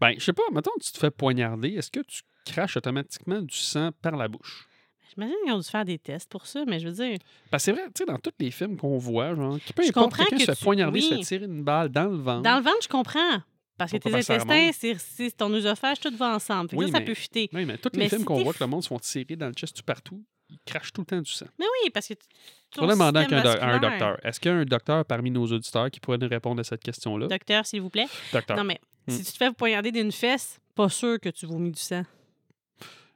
Ben, je sais pas, mettons, tu te fais poignarder, est-ce que tu craches automatiquement du sang par la bouche? J'imagine qu'ils ont dû faire des tests pour ça, mais je veux dire. Parce que c'est vrai, tu sais, dans tous les films qu'on voit, genre, qui peut Je importe, comprends quelqu'un se que fait tu- poignarder, se oui. fait tirer une balle dans le ventre. Dans le ventre, je comprends. Parce que Ah. Faut pas tes que ça intestins, remonte. c'est c'est ton œsophage, tout va ensemble. Fait que Oui, ça, ça mais- peut fuiter. Oui, mais tous les Mais films si qu'on t'es voit f- que le monde se font tirer dans le chest tout partout, ils crachent tout le temps du sang. Mais oui, parce que. t- On ton a demandé à système un, doc- à un vasculaire- docteur. Est-ce qu'il y a un docteur parmi nos auditeurs qui pourrait nous répondre à cette question-là? Docteur, s'il vous plaît. Docteur. Non, mais Hmm. si tu te fais poignarder d'une fesse, pas sûr que tu vomis du sang.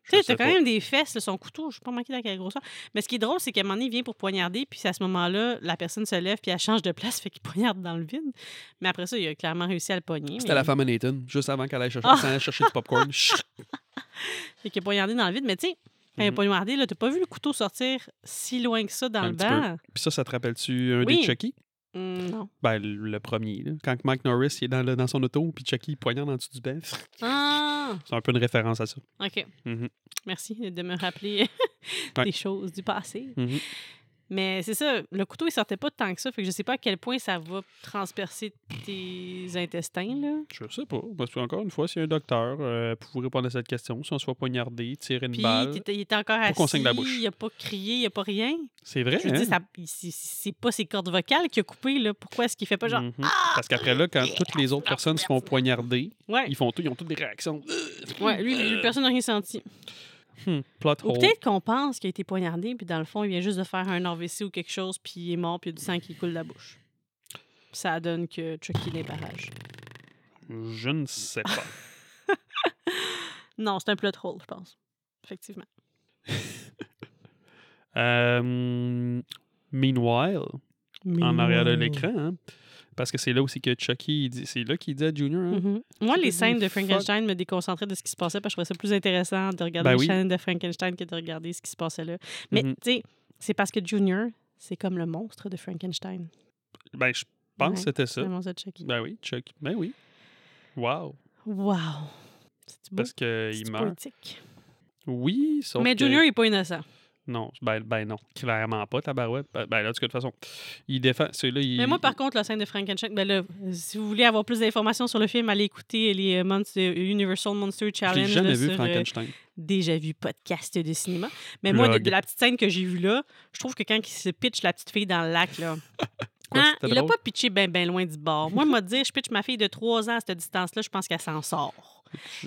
Tu Je sais, sais t'as quand pas. même des fesses, là, son couteau, je suis pas manqué dans quelle grosseur. Mais ce qui est drôle, c'est qu'à un moment donné, il vient pour poignarder, puis c'est à ce moment-là, la personne se lève, puis elle change de place, fait qu'il poignarde dans le vide. Mais après ça, il a clairement réussi à le pogner. C'était mais- la femme à Nathan, juste avant qu'elle aille chercher, Ah! s'en aille chercher du popcorn. Chut! Fait qu'il a poignardé dans le vide, mais tu sais, quand il a Mhm. poignardé, là, t'as pas vu le couteau sortir si loin que ça dans Un le petit peu. banc? Puis ça, ça te rappelle-tu un Oui. des Chucky? Hum, non. Ben, le le premier. là. Quand Mike Norris il est dans, le- dans son auto, puis Chucky il poignarde en dessous du bain. Ah! C'est un peu une référence à ça. OK. Mhm. Merci de me rappeler des Ouais. choses du passé. Mhm. Mais c'est ça, le couteau, il sortait pas tant que ça. Fait que je sais pas à quel point ça va transpercer tes intestins, là. Je sais pas. Parce que, encore une fois, si un docteur euh, pouvait répondre à cette question, si on se fait poignarder, tirer une Puis balle. t'étais- il était encore assis, Faut qu'on saigne la bouche. il a pas crié, il a pas rien. C'est vrai. Je veux hein? dire, ça- il- c'est- c'est pas ses cordes vocales qu'il a coupées, là. Pourquoi est-ce qu'il fait pas genre... Ah! Mhm. Parce qu'après là, quand toutes les autres personnes se font poignarder, Ouais, ils font tout, ils ont toutes des réactions. ouais lui, lui, personne n'a rien senti. Hum. Hmm, plot Ou hole. peut-être qu'on pense qu'il a été poignardé, puis dans le fond, il vient juste de faire un AVC ou quelque chose, puis il est mort, puis il y a du sang qui coule de la bouche. Ça donne que Chucky les barrages. Je ne sais pas. Non, c'est un plot hole, je pense. Effectivement. Euh, meanwhile, en arrière de l'écran, hein, parce que c'est là aussi que Chucky, il dit- c'est là qu'il dit à Junior, hein, Mhm. Moi, Tu les te scènes dis, de fuck. Frankenstein me déconcentraient de ce qui se passait parce que je trouvais ça plus intéressant de regarder Ben les oui. scènes de Frankenstein que de regarder ce qui se passait là. Mais Mhm. tu sais, c'est parce que Junior, c'est comme le monstre de Frankenstein. ben je pense que Ouais, c'était ça. Le monstre de Chucky. Ben oui, Chucky, ben oui. Wow, Wow! C'est beau. parce que C'est il meurt. poétique. Oui, sauf Mais que- Junior, il n'est pas innocent. non, ben, ben non, clairement pas tabarouette. Ben ben là, de toute façon, il défend. Celui-là, il. Mais moi, par contre, la scène de Frankenstein, ben là, euh, si vous voulez avoir plus d'informations sur le film, allez écouter les euh, Monster- Universal Monster je l'ai Challenge jamais là, vu sur, euh, Frankenstein. déjà vu podcast de cinéma. Mais moi, de, Plug. de la petite scène que j'ai vue là, je trouve que quand il se pitch la petite fille dans le lac, là, Quoi, hein, c'était il a drôle? pas pitché bien ben loin du bord. Moi, m'a dit, je pitch ma fille de 3 ans à cette distance-là, je pense qu'elle s'en sort.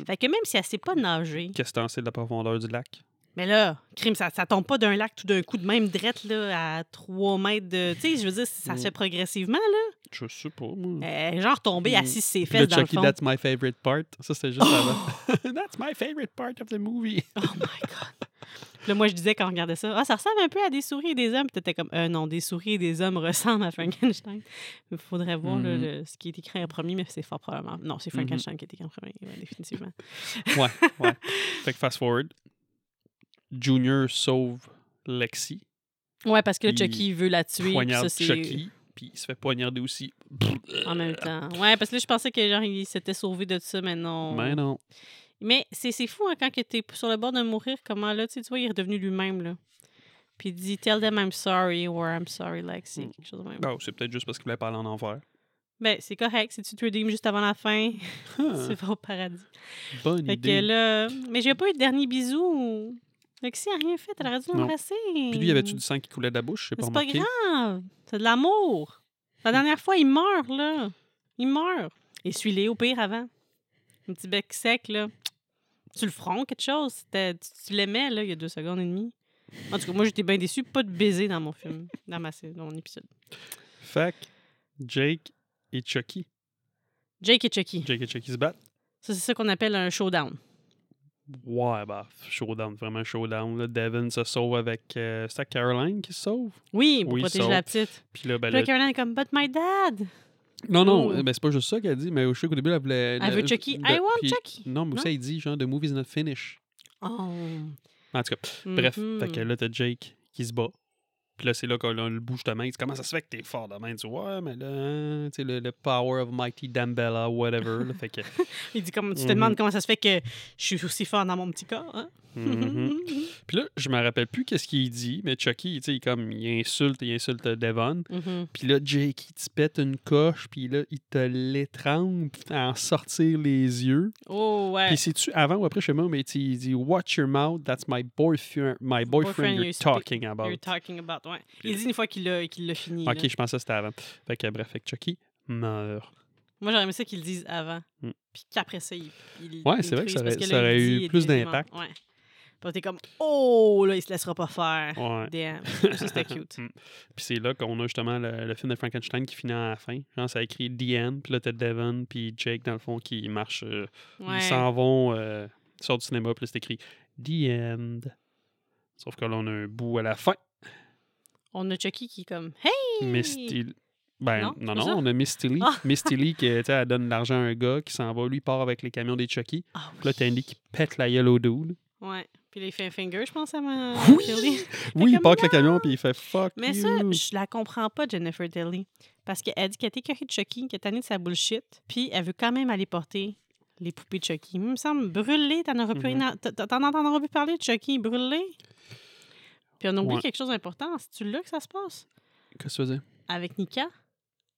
Fait que même si elle sait pas nager, Qu'est-ce que c'est de la profondeur du lac? mais là, crime, ça, ça tombe pas d'un lac tout d'un coup de même drette là, à 3 mètres de. Tu sais, je veux dire, ça Mm. se fait progressivement. Là. Je sais pas. Moi. Elle est genre tombée Mm. assise ses Puis le Eh, fesses dans le Chucky, fond. that's my favorite part. Ça, c'était juste avant. that's my favorite part of the movie. Oh my God! Puis Là, moi, je disais quand on regardait ça, ah, ça ressemble un peu à des souris et des hommes. Puis t'étais comme, euh, non, des souris et des hommes ressemblent à Frankenstein. Il faudrait voir là, Mhm. le- ce qui est écrit en premier, mais c'est fort probablement. Non, c'est Mhm. Frankenstein qui est écrit en premier, ouais, définitivement. Ouais, ouais. Fait que fast forward. Junior sauve Lexi. Ouais, parce que là, Il Chucky veut la tuer. puis ça, poignarde c'est Chucky. Puis il se fait poignarder aussi. en même temps. Ouais, parce que là, je pensais que genre, il s'était sauvé de ça, mais non. Mais Ben non. Mais c'est c'est fou, hein, quand que t'es sur le bord de mourir, comment là, tu sais, tu vois, il est redevenu lui-même, là. Puis il dit, tell them I'm sorry, or I'm sorry, Lexi. Mm. Quelque chose de même. Non, c'est peut-être juste parce qu'il voulait pas aller en enfer. Ben, c'est correct. Si tu te redeems juste avant la fin, Ah, tu vas au paradis. bonne Fait que idée. là... Mais j'ai pas eu de dernier bisou. Lexi a rien fait. Elle aurait dû Non. l'embrasser. Puis lui, y avait-tu du sang qui coulait de la bouche? Je sais Mais pas C'est pas remarqué. grave. C'est de l'amour. La dernière fois, il meurt, là. Il meurt. Et suis-les au pire avant. Un petit bec sec, là. Tu le front, quelque chose. C'était- Tu, tu l'aimais, là, il y a deux secondes et demie. En tout cas, moi, j'étais bien déçue. Pas de baiser dans mon film, dans, ma, dans mon épisode. Fait que Jake et Chucky. Jake et Chucky. Jake et Chucky se battent. Ça, c'est ça qu'on appelle un showdown. Ouais, bah, showdown, vraiment showdown. Là. Devin se sauve avec. euh, c'est à Caroline qui se sauve? Oui, pour Oui, protéger ça. la petite. Puis là, ben, Puis là, là, Caroline est comme, but my dad. Non, non, Oh. euh, ben, c'est pas juste ça qu'elle dit, mais je sais qu'au début, elle voulait. Elle veut Chucky. de- I want puis- Chucky. Non, mais Non? aussi, elle dit genre, The movie's not finished. Oh. En tout cas, bref, Mhm. fait que là, t'as Jake qui se bat. Puis là, c'est là qu'on a le bouge de main. Il dit, Comment ça se fait que t'es fort de main? Il dit, Ouais, mais là, hein, tu sais, le, le power of Mighty Dambella, whatever. là. fait que. Il dit, comme, tu te Mhm. demandes comment ça se fait que je suis aussi fort dans mon petit corps. hein? mhm. Puis là, je me rappelle plus qu'est-ce qu'il dit, mais Chucky, tu sais, il comme, il insulte, il insulte Devon. Mhm. Puis là, Jake, il te pète une coche, puis là, il te l'étrangle à en sortir les yeux. Oh, ouais. Puis c'est-tu avant ou après chez moi, mais tu- il dit Watch your mouth, that's my boyfriend, my Boyfriend boyfriend you're you speak- talking about. You're talking about, ouais. Il dit une fois qu'il l'a qu'il l'a fini. là. ok, je pensais que c'était avant. Fait que bref, fait que Chucky meurt. Moi, j'aurais aimé ça qu'il le dise avant. Mm. Puis qu'après ça, il. il Ouais, c'est vrai que détruise, ça parce aurait- là, ça aurait il eu dit, plus il est d'impact. Ouais. Puis t'es comme, oh, là, il se laissera pas faire. Ouais. Damn. Ça, c'était cute. Mm. Puis c'est là qu'on a justement le, le film de Frankenstein qui finit à la fin. Genre, ça a écrit Diane, puis là, t'as Devon, puis Jake, dans le fond, qui marche. euh, Ouais. Ils s'en vont, euh, ils sortent du cinéma, puis là, c'est écrit The End. Sauf que là, on a un bout à la fin. On a Chucky qui est comme Hey! Misty. Ben, Non, non, c'est non, pas ça. on a Misty Lee. Ah! Misty Lee, qui, tu sais, elle donne de l'argent à un gars qui s'en va, lui, part avec les camions des Chucky. Ah Puis oui. là, t'as Andy qui pète la yellow dude. Ouais. Puis les fin finger, je pense à ma. Oui! Tilly. Oui, il comme part avec le camion, puis il fait fuck. Mais ça, you. je la comprends pas, Jennifer Tilly. Parce qu'elle dit qu'elle était écœurée de Chucky, qu'elle est tannée de sa bullshit. Puis elle veut quand même aller porter les poupées de Chucky. Il me semble brûler, t'en auras plus Mhm. rien à- t- t- T'en entendras plus parler de Chucky, brûler. Puis on oublie Ouais. quelque chose d'important. C'est-tu là que ça se passe? Qu'est-ce que ça faisait? Avec Nika,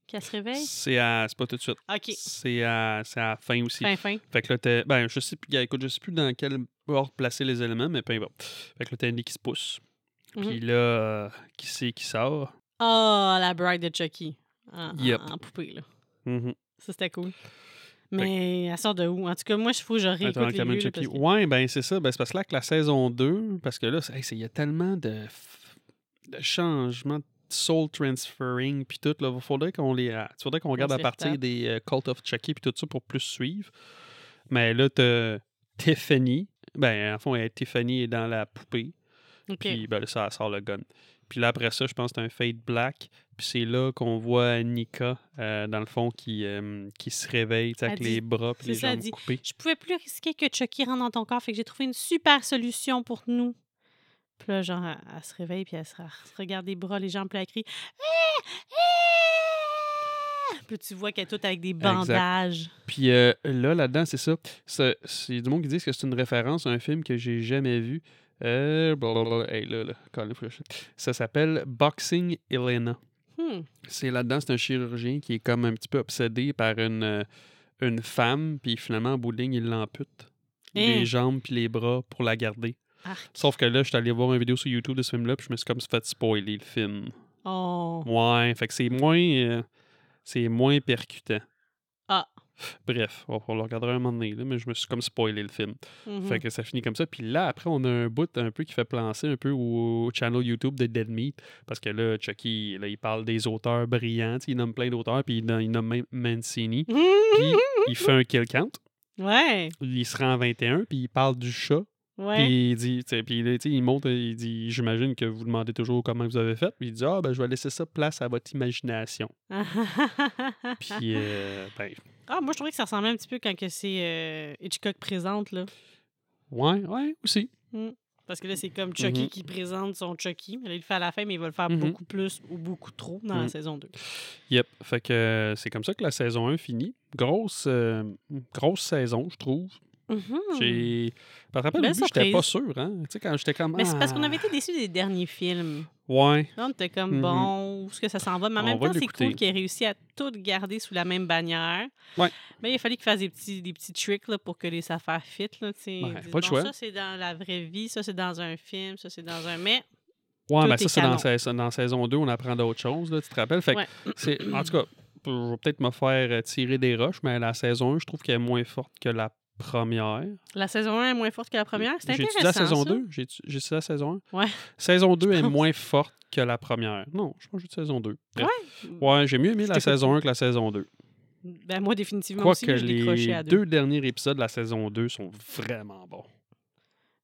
qu'elle se réveille? C'est à... c'est pas tout de suite. OK. C'est à... c'est à la fin aussi. Fin, fin. Fait que là, t'es- ben, je sais, plus- écoute, je sais plus dans quel ordre placer les éléments, mais peu importe. Fait que là, t'as Andy qui se pousse. Mm-hmm. Puis là, euh, qui c'est qui sort? Ah, la bride de Chucky. En, en- Yep. en poupée, là. Mhm. Ça, c'était cool. Mais elle sort de où? En tout cas, moi, je faut que je Attends, réécoute les Cameron lieux, là, Chucky. parce que- Ouais, ben c'est ça. Ben, c'est parce que là, que la saison 2, parce que là, c'est- hey, c'est- il y a tellement de, f- de changements, de soul transferring, puis tout. Il faudrait qu'on les. euh, faudrait qu'on regarde se à les partir retape. des euh, Cult of Chucky, puis tout ça pour plus suivre. Mais là, t'as Tiffany. Ben, en fond, elle- Tiffany est dans la poupée. OK. Puis ben, là, ça sort le gun. Puis là, après ça, je pense que c'est un fade black. Puis c'est là qu'on voit Nika, euh, dans le fond, qui, euh, qui se réveille tu sais, avec Elle dit- les bras puis c'est les ça, elle jambes dit, coupées. Je pouvais plus risquer que Chucky rentre dans ton corps, fait que j'ai trouvé une super solution pour nous. Puis là, genre, elle, elle se réveille, puis elle se, elle se regarde les bras, les jambes, puis elle crie Ah! Ah! Puis tu vois qu'elle est toute avec des Exact. bandages. Puis euh, là, là-dedans, c'est ça. Ça- C'est du monde qui dit que c'est une référence à un film que j'ai jamais vu. Euh, blablabla. Hey, là, là, Colin, faut que je- ça s'appelle Boxing Elena. Hmm. C'est là-dedans, c'est un chirurgien qui est comme un petit peu obsédé par une, euh, une femme, puis finalement, en bout de ligne, il l'ampute. Hein. Les jambes puis les bras pour la garder. Arc. Sauf que là, je suis allé voir une vidéo sur YouTube de ce film-là, puis je me suis comme fait spoiler le film. Oh. Ouais, fait que c'est moins, euh, c'est moins percutant. Ah. Bref, on, on le regardera un moment donné, là, mais je me suis comme spoilé le film. Mhm. Fait que ça finit comme ça. Puis là, après, on a un bout un peu qui fait penser un peu au channel YouTube de Dead Meat. Parce que là, Chucky, là, il parle des auteurs brillants. tu sais, Il nomme plein d'auteurs, puis il, nom- il nomme même Mancini. Puis il fait un kill count. Hmm. Ouais. Il se rend à 21, puis il parle du chat. Ouais. Puis il dit, tu sais, puis là, tu sais, il monte, il dit, j'imagine que vous demandez toujours comment vous avez fait. Puis il dit, ah, ben, je vais laisser ça place à votre imagination. Puis, euh, ben, Ah, moi, je trouvais que ça ressemblait un petit peu quand que c'est euh, Hitchcock présente, là. ouais, ouais, aussi. Parce que là, c'est comme Chucky Mhm. qui présente son Chucky. Mais là, il le fait à la fin, mais il va le faire Mhm. beaucoup plus ou beaucoup trop dans la Mhm. saison 2. Yep. Fait que euh, c'est comme ça que la saison 1 finit. Grosse, euh, grosse saison, je trouve. J'ai. Par rapport au Hmm. Belle début, j'étais pas surprise. sûr, hein. Tu sais, quand j'étais comme. Mais c'est parce qu'on ah, avait été déçus des derniers films. Ouais. Là, on était comme, Mhm. bon, où est-ce que ça s'en va? Mais en On même va temps, c'est l'écouter. cool qu'il ait réussi à tout garder sous la même bannière. Ouais. Mais il a fallu qu'il fasse des petits, des petits tricks là, pour que les affaires fit. Là, tu sais. Ouais, Ils disent, pas de bon, choix. Ça, c'est dans la vraie vie. Ça, c'est dans un film. Ça, c'est dans un... Mais... Ouais, Tout mais est ça, c'est dans, canon. saison- dans saison 2, on apprend d'autres choses, là, tu te rappelles? Fait que Ouais. c'est. En tout cas, je vais peut-être me faire euh, tirer des roches, mais la saison 1, je trouve qu'elle est moins forte que la première. La saison 1 est moins forte que la première. C'est J'ai intéressant, étudié la saison ça. 2? J'ai étu- j'ai étudié la saison 1? Ouais. Saison 2 est pense. moins forte que la première. Non, je pense que j'ai dit saison 2. Bref. Ouais. Ouais, j'ai mieux aimé Je la t'écoute. saison 1 que la saison 2. Ben, moi, définitivement aussi, Quoique mais je décrochais les à deux. deux derniers épisodes de la saison 2 sont vraiment bons.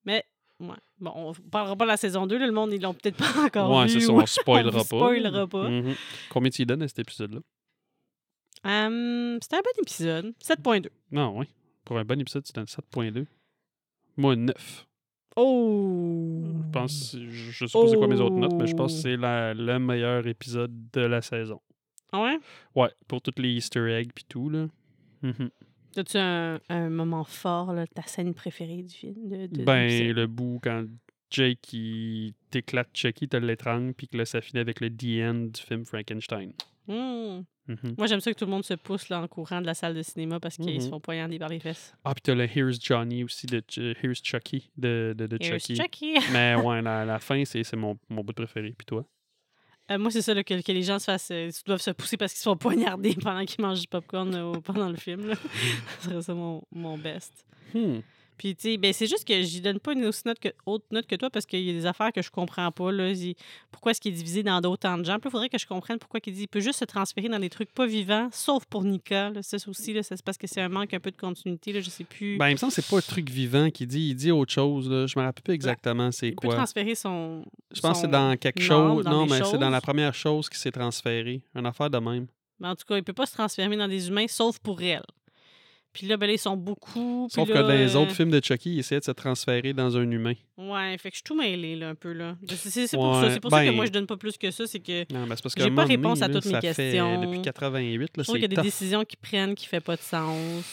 Mais, ouais. Bon, on parlera pas de la saison 2. là, le monde, ils l'ont peut-être pas encore ouais, vu. c'est ça, ou- on spoilera vous pas. spoilera pas. Mhm. Combien tu y donnes à cet épisode-là? Hum, C'était un bon épisode. 7.2. Non, oui. Pour un bon épisode, tu donnes 7.2. Moi, 9. Oh! Je pense, je, je sais pas c'est quoi mes autres notes, mais je pense que Oh. c'est la- le meilleur épisode de la saison. Ah Ouais? Ouais, pour toutes les easter eggs puis tout, là. Mhm. As-tu un, un moment fort, là, ta scène préférée du film? De, de- Ben, de- le bout quand Jake il t'éclate Chucky, te l'étrangle, puis que là, ça finit avec le The End du film Frankenstein. Hmm. Mhm. Moi, j'aime ça que tout le monde se pousse là, en courant de la salle de cinéma parce qu'ils Mhm. se font poignarder par les fesses. Ah, puis t'as le Here's Johnny aussi de Ch- Here's Chucky de, de, de Here's Chucky. Chucky. Mais ouais, la, la fin, c'est c'est mon, mon bout préféré. Puis toi? Euh, moi, c'est ça, là, que, que les gens se fassent, euh, ils doivent se pousser parce qu'ils se font poignarder pendant qu'ils mangent du popcorn euh, au- pendant le film. là. Ce serait ça mon, mon best. Puis, tu sais, ben, c'est juste que j'y donne pas une aussi note que, autre note que toi parce qu'il y a des affaires que je comprends pas. Là. Il- Pourquoi est-ce qu'il est divisé dans d'autant de gens? Puis, il faudrait que je comprenne pourquoi il dit il peut juste se transférer dans des trucs pas vivants, sauf pour Nika. Là. Ça aussi, là, ça, c'est parce que c'est un manque un peu de continuité. Là. Je sais plus. Ben, il me semble que c'est pas un truc vivant qui dit. Il dit autre chose. Là. Je me rappelle pas exactement c'est Ben, il peut quoi. transférer son. Je pense que c'est son dans quelque membre, chose. dans Non, des mais c'est dans la choses. première chose qui s'est transférée. Une affaire de même. Mais ben, en tout cas, il peut pas se transférer dans des humains, sauf pour elle. Puis là, ben, là, ils sont beaucoup. puis Sauf que là, dans les euh, autres films de Chucky, il essayait de se transférer dans un humain. Ouais, fait que je suis tout mêlée, là, un peu, là. Je- C'est c'est pour Ouais, ça, c'est pour ça que ben- moi, je donne pas plus que ça, c'est que Non, mais c'est parce que. J'ai pas réponse à toutes mes questions. depuis 88, là, je trouve qu'il y c'est a des tough. décisions qu'ils prennent qui fait pas de sens.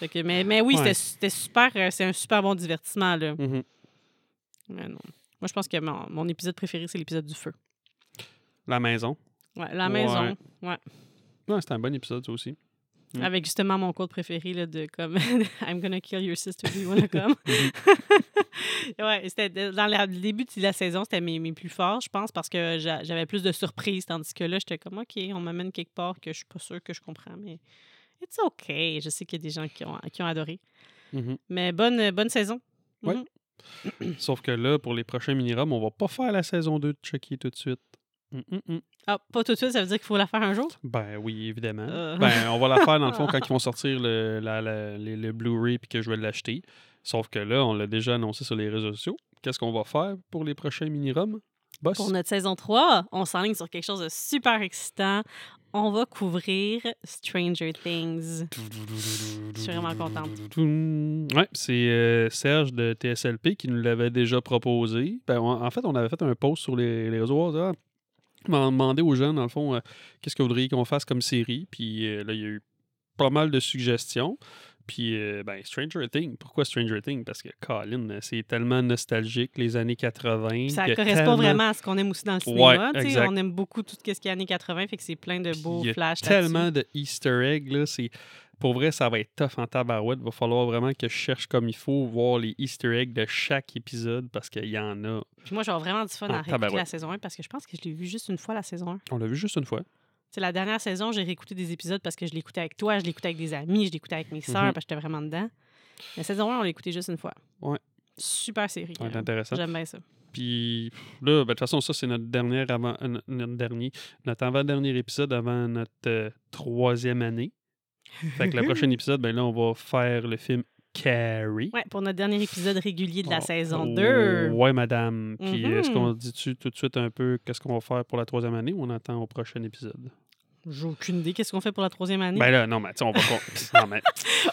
Fait que, mais, mais oui, Ouais. c'était- c'était super, euh, c'est un super bon divertissement, là. Mhm. Mais non. Moi, je pense que mon, mon épisode préféré, c'est l'épisode du feu. La maison. Ouais, la Ouais. maison, Non, c'est un bon épisode, ça aussi. Mm. avec justement mon code préféré, là, de comme « I'm gonna kill your sister, do you wanna come? Mm-hmm. ouais, c'était dans la- le début de la saison, c'était mes, mes plus forts, je pense, parce que j'a- j'avais plus de surprises, tandis que là, j'étais comme, OK, on m'amène quelque part que je suis pas sûre que je comprends, mais it's OK. Je sais qu'il y a des gens qui ont, qui ont adoré. Mhm. Mais bonne, bonne saison. Ouais. Mhm. Sauf que là, pour les prochains mini-roms, on va pas faire la saison 2 de Chucky tout de suite. Mm, mm, mm. Ah, pas tout de suite, ça veut dire qu'il faut la faire un jour? Ben oui, évidemment. Euh. Ben, on va la faire dans le fond quand ils vont sortir le, la- la- les- le Blu-ray puis que je vais l'acheter. Sauf que là, on l'a déjà annoncé sur les réseaux sociaux. Qu'est-ce qu'on va faire pour les prochains mini-roms? Boss? Pour notre saison 3, on s'enligne sur quelque chose de super excitant. On va couvrir Stranger Things. Je suis vraiment contente. Ouais, c'est euh, Serge de TSLP qui nous l'avait déjà proposé. Ben, on- en fait, on avait fait un post sur les, les réseaux. On disait, Ah, on a demandé aux gens, dans le fond, euh, qu'est-ce que vous voudriez qu'on fasse comme série. Puis euh, là, il y a eu pas mal de suggestions. Puis, euh, ben, Stranger Things. Pourquoi Stranger Things? Parce que, Colin, c'est tellement nostalgique, les années 80. Puis Ça il y a correspond tellement- vraiment à ce qu'on aime aussi dans le Ouais, cinéma. tu sais. exact. on aime beaucoup tout ce qui est années 80, fait que c'est plein de Puis beaux il y a flashs tellement de Easter eggs. Là, c'est... Pour vrai, ça va être tough en tabarouette. Il va falloir vraiment que je cherche comme il faut, voir les Easter eggs de chaque épisode parce qu'il y en a. là-dessus. Puis moi, j'aurais vraiment du fun Ah, à réécouter tabarouette. la saison 1 parce que je pense que je l'ai vu juste une fois la saison 1. On l'a vu juste une fois. C'est la dernière saison, j'ai réécouté des épisodes parce que je l'écoutais avec toi, je l'écoutais avec des amis, je l'écoutais avec mes sœurs Mhm. parce que j'étais vraiment dedans. La saison 1, on l'a écouté juste une fois. Ouais. Super série. Ça va être euh, intéressant. J'aime bien ça. Puis pff, là, ben, de toute façon, ça, c'est notre dernier avant euh, notre dernier, notre avant-dernier épisode avant notre euh, troisième année. Fait que le prochain épisode, ben là, on va faire le film Carrie. Ouais, pour notre dernier épisode régulier de la Oh, saison oh, 2. Ouais, madame. Puis Mhm. est-ce qu'on dit-tu tout de suite un peu qu'est-ce qu'on va faire pour la troisième année ou on attend au prochain épisode? J'ai aucune idée. Qu'est-ce qu'on fait pour la troisième année? Ben là, non, mais tu sais, on va pas. non, mais.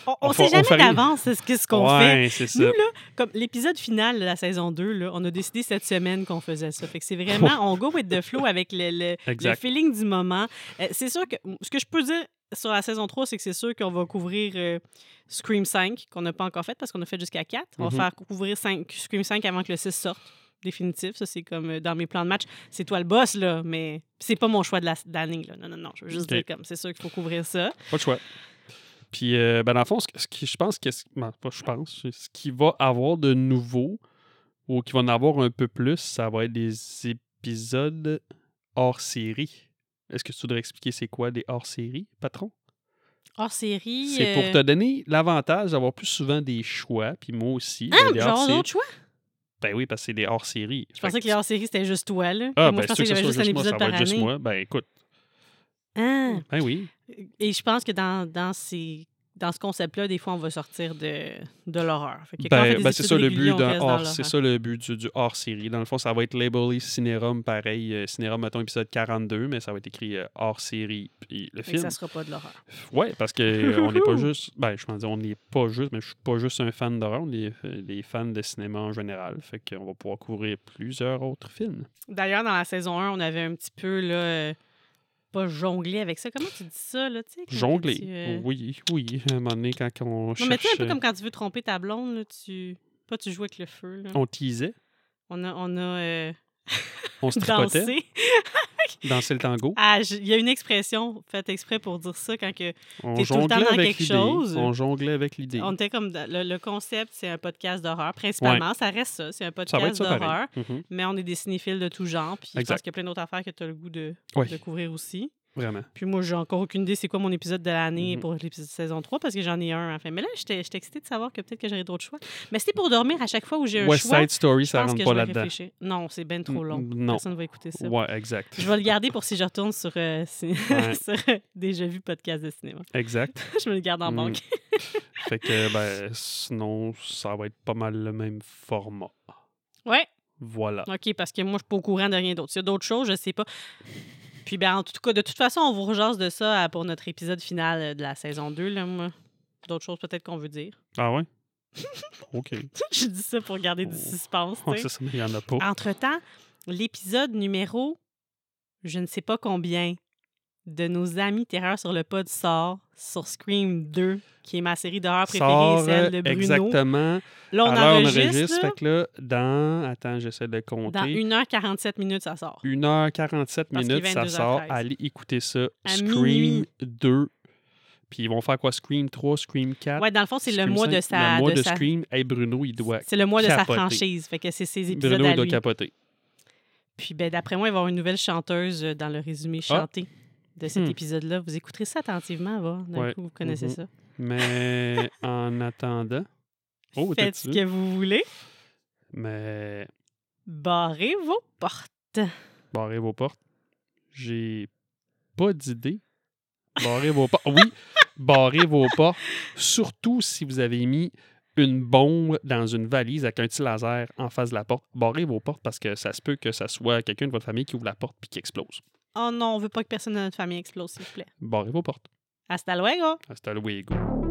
on, on on sait fa- on jamais fait rien. d'avance ce qu'est-ce qu'on fait. ouais, c'est ça. Nous, là, comme l'épisode final de la saison 2, là, on a décidé cette semaine qu'on faisait ça. Fait que c'est vraiment, on go with the flow avec le, le- le Exact. feeling du moment. Euh, c'est sûr que, ce que je peux dire sur la saison 3, c'est que c'est sûr qu'on va couvrir euh, Scream 5, qu'on n'a pas encore fait parce qu'on a fait jusqu'à 4. On va Mhm. faire couvrir 5, Scream 5 avant que le 6 sorte. Définitif, ça c'est comme euh, dans mes plans de match. C'est toi le boss, là, mais c'est pas mon choix de la- de l'année. là. non, non, non, je veux juste Ok. dire comme, c'est sûr qu'il faut couvrir ça. Pas de choix. Puis, euh, ben, dans le fond, ce, que- ce qui, je pense, que, ce- ben, pas je pense, c'est ce qui va avoir de nouveau ou qui va en avoir un peu plus, ça va être des épisodes hors série. Est-ce que tu voudrais expliquer c'est quoi des hors série, patron? Hors série. C'est euh, pour te donner l'avantage d'avoir plus souvent des choix, puis moi aussi. Ah, ben, des genre hors-séries- d'autres choix. Ben oui, parce que c'est des hors série. Je pensais que les hors-séries, c'était juste toi, là. Ah, Et moi, ben, je c'est pensais sûr que que ça j'avais soit juste un juste moi, ça épisode va par être juste année. moi. Ben écoute, Ah. ben oui. Et je pense que dans, dans, ces, dans ce concept-là, des fois, on va sortir de, de l'horreur. Fait que quand on fait Ben, des ben, c'est épisodes ça le réguliers, but on d'un reste dans hors, l'horreur. c'est ça le but du, du hors série. Dans le fond, ça va être labelé Cinérum, pareil, euh, Cinérum, mettons épisode 42, mais ça va être écrit euh, hors série puis Fait le que ça film. sera pas de l'horreur. Ouais, parce que euh, on n'est pas juste, ben je pense dire, on n'est pas juste, mais je suis pas juste un fan d'horreur, on est euh, des fans de cinéma en général, fait qu'on va pouvoir couvrir plusieurs autres films. D'ailleurs, dans la saison 1, on avait un petit peu, là, euh, pas jonglé avec ça. Comment tu dis ça, là, tu sais? quand Jongler, tu, euh, oui, oui, à un moment donné quand on Non, cherche, mais tu sais, un peu euh, comme quand tu veux tromper ta blonde, là, tu... Pas tu joues avec le feu, là. on teasait, On a, on a euh, on se tripotait, dansé. dansait le tango, Ah, je- il y a une expression faite exprès pour dire ça quand que on T'es tout le temps jonglait dans avec quelque l'idée, chose. on jonglait avec l'idée. On était comme dans- le, le concept, c'est un podcast d'horreur principalement. Ça reste ça, c'est un Ça va être podcast ça d'horreur, pareil. Mhm. mais on est des cinéphiles de tout genre. Puis je Exact. pense qu'il y a plein d'autres affaires que tu as le goût de, Oui. de couvrir aussi. Vraiment. Puis moi, j'ai encore aucune idée c'est quoi mon épisode de l'année Mhm. pour l'épisode de saison 3 parce que j'en ai un. Enfin. Mais là, j'étais j'étais excitée de savoir que peut-être que j'aurais d'autres choix. Mais c'est pour dormir à chaque fois où j'ai un West choix. Side Story, je ça pense que rentre je pas vais là-dedans. réfléchir. Non, c'est bien trop long. Mm, Non. Personne ne va écouter ça. Ouais, exact. Je vais le garder pour si je retourne sur, euh, si- Ouais. sur, euh, Déjà vu podcast de cinéma. Exact. je me le garde en Mm. banque. Fait que, ben, sinon, ça va être pas mal le même format. Ouais, Voilà. OK, parce que moi, je suis pas au courant de rien d'autre. S'il y a d'autres choses, je sais pas. Puis, ben, en tout cas, de toute façon, on vous rejase de ça euh, pour notre épisode final euh, de la saison 2. Là, moi. D'autres choses peut-être qu'on veut dire. Ah ouais? OK. je dis ça pour garder du Oh. suspense. tu Ouais, sais. Ah, ça, ça, il y en a pas. Entre-temps, l'épisode numéro je ne sais pas combien de nos amis Terreur sur le pod sort sur Scream 2, qui est ma série d'horreur préférée, Sort, celle de euh, Bruno. exactement. Là, on à l'heure, enregistre. là. Fait que là, dans... Attends, j'essaie de compter. dans 1h47 minutes, ça sort. 1h47 Parce qu'il est minutes, ça 22h13. sort. Allez écouter ça. À Scream minuit. 2. Puis ils vont faire quoi? Scream 3, Scream 4. Ouais, dans le fond, c'est le Scream mois de 5. sa. Le mois de de sa- Scream. Hey, Bruno, il doit. C'est le mois de sa capoter. franchise. Fait que c'est ses épisodes Bruno, à il doit lui. capoter. Puis ben, d'après moi, il va y avoir une nouvelle chanteuse euh, dans le résumé chanté de cet Ah. Hmm. épisode-là. Vous écouterez ça attentivement, va. D'un Ouais. coup, vous connaissez Mhm. ça. Mais en attendant. Oh, Faites t'es-tu? ce que vous voulez. Mais Barrez vos portes. barrez vos portes. J'ai pas d'idée. Barrez vos portes. Oui, barrez vos portes. Surtout si vous avez mis une bombe dans une valise avec un petit laser en face de la porte. Barrez vos portes parce que ça se peut que ça soit quelqu'un de votre famille qui ouvre la porte puis qui explose. Oh non, on veut pas que personne de notre famille explose, s'il vous plaît. Barrez vos portes. Hasta luego! Hasta luego.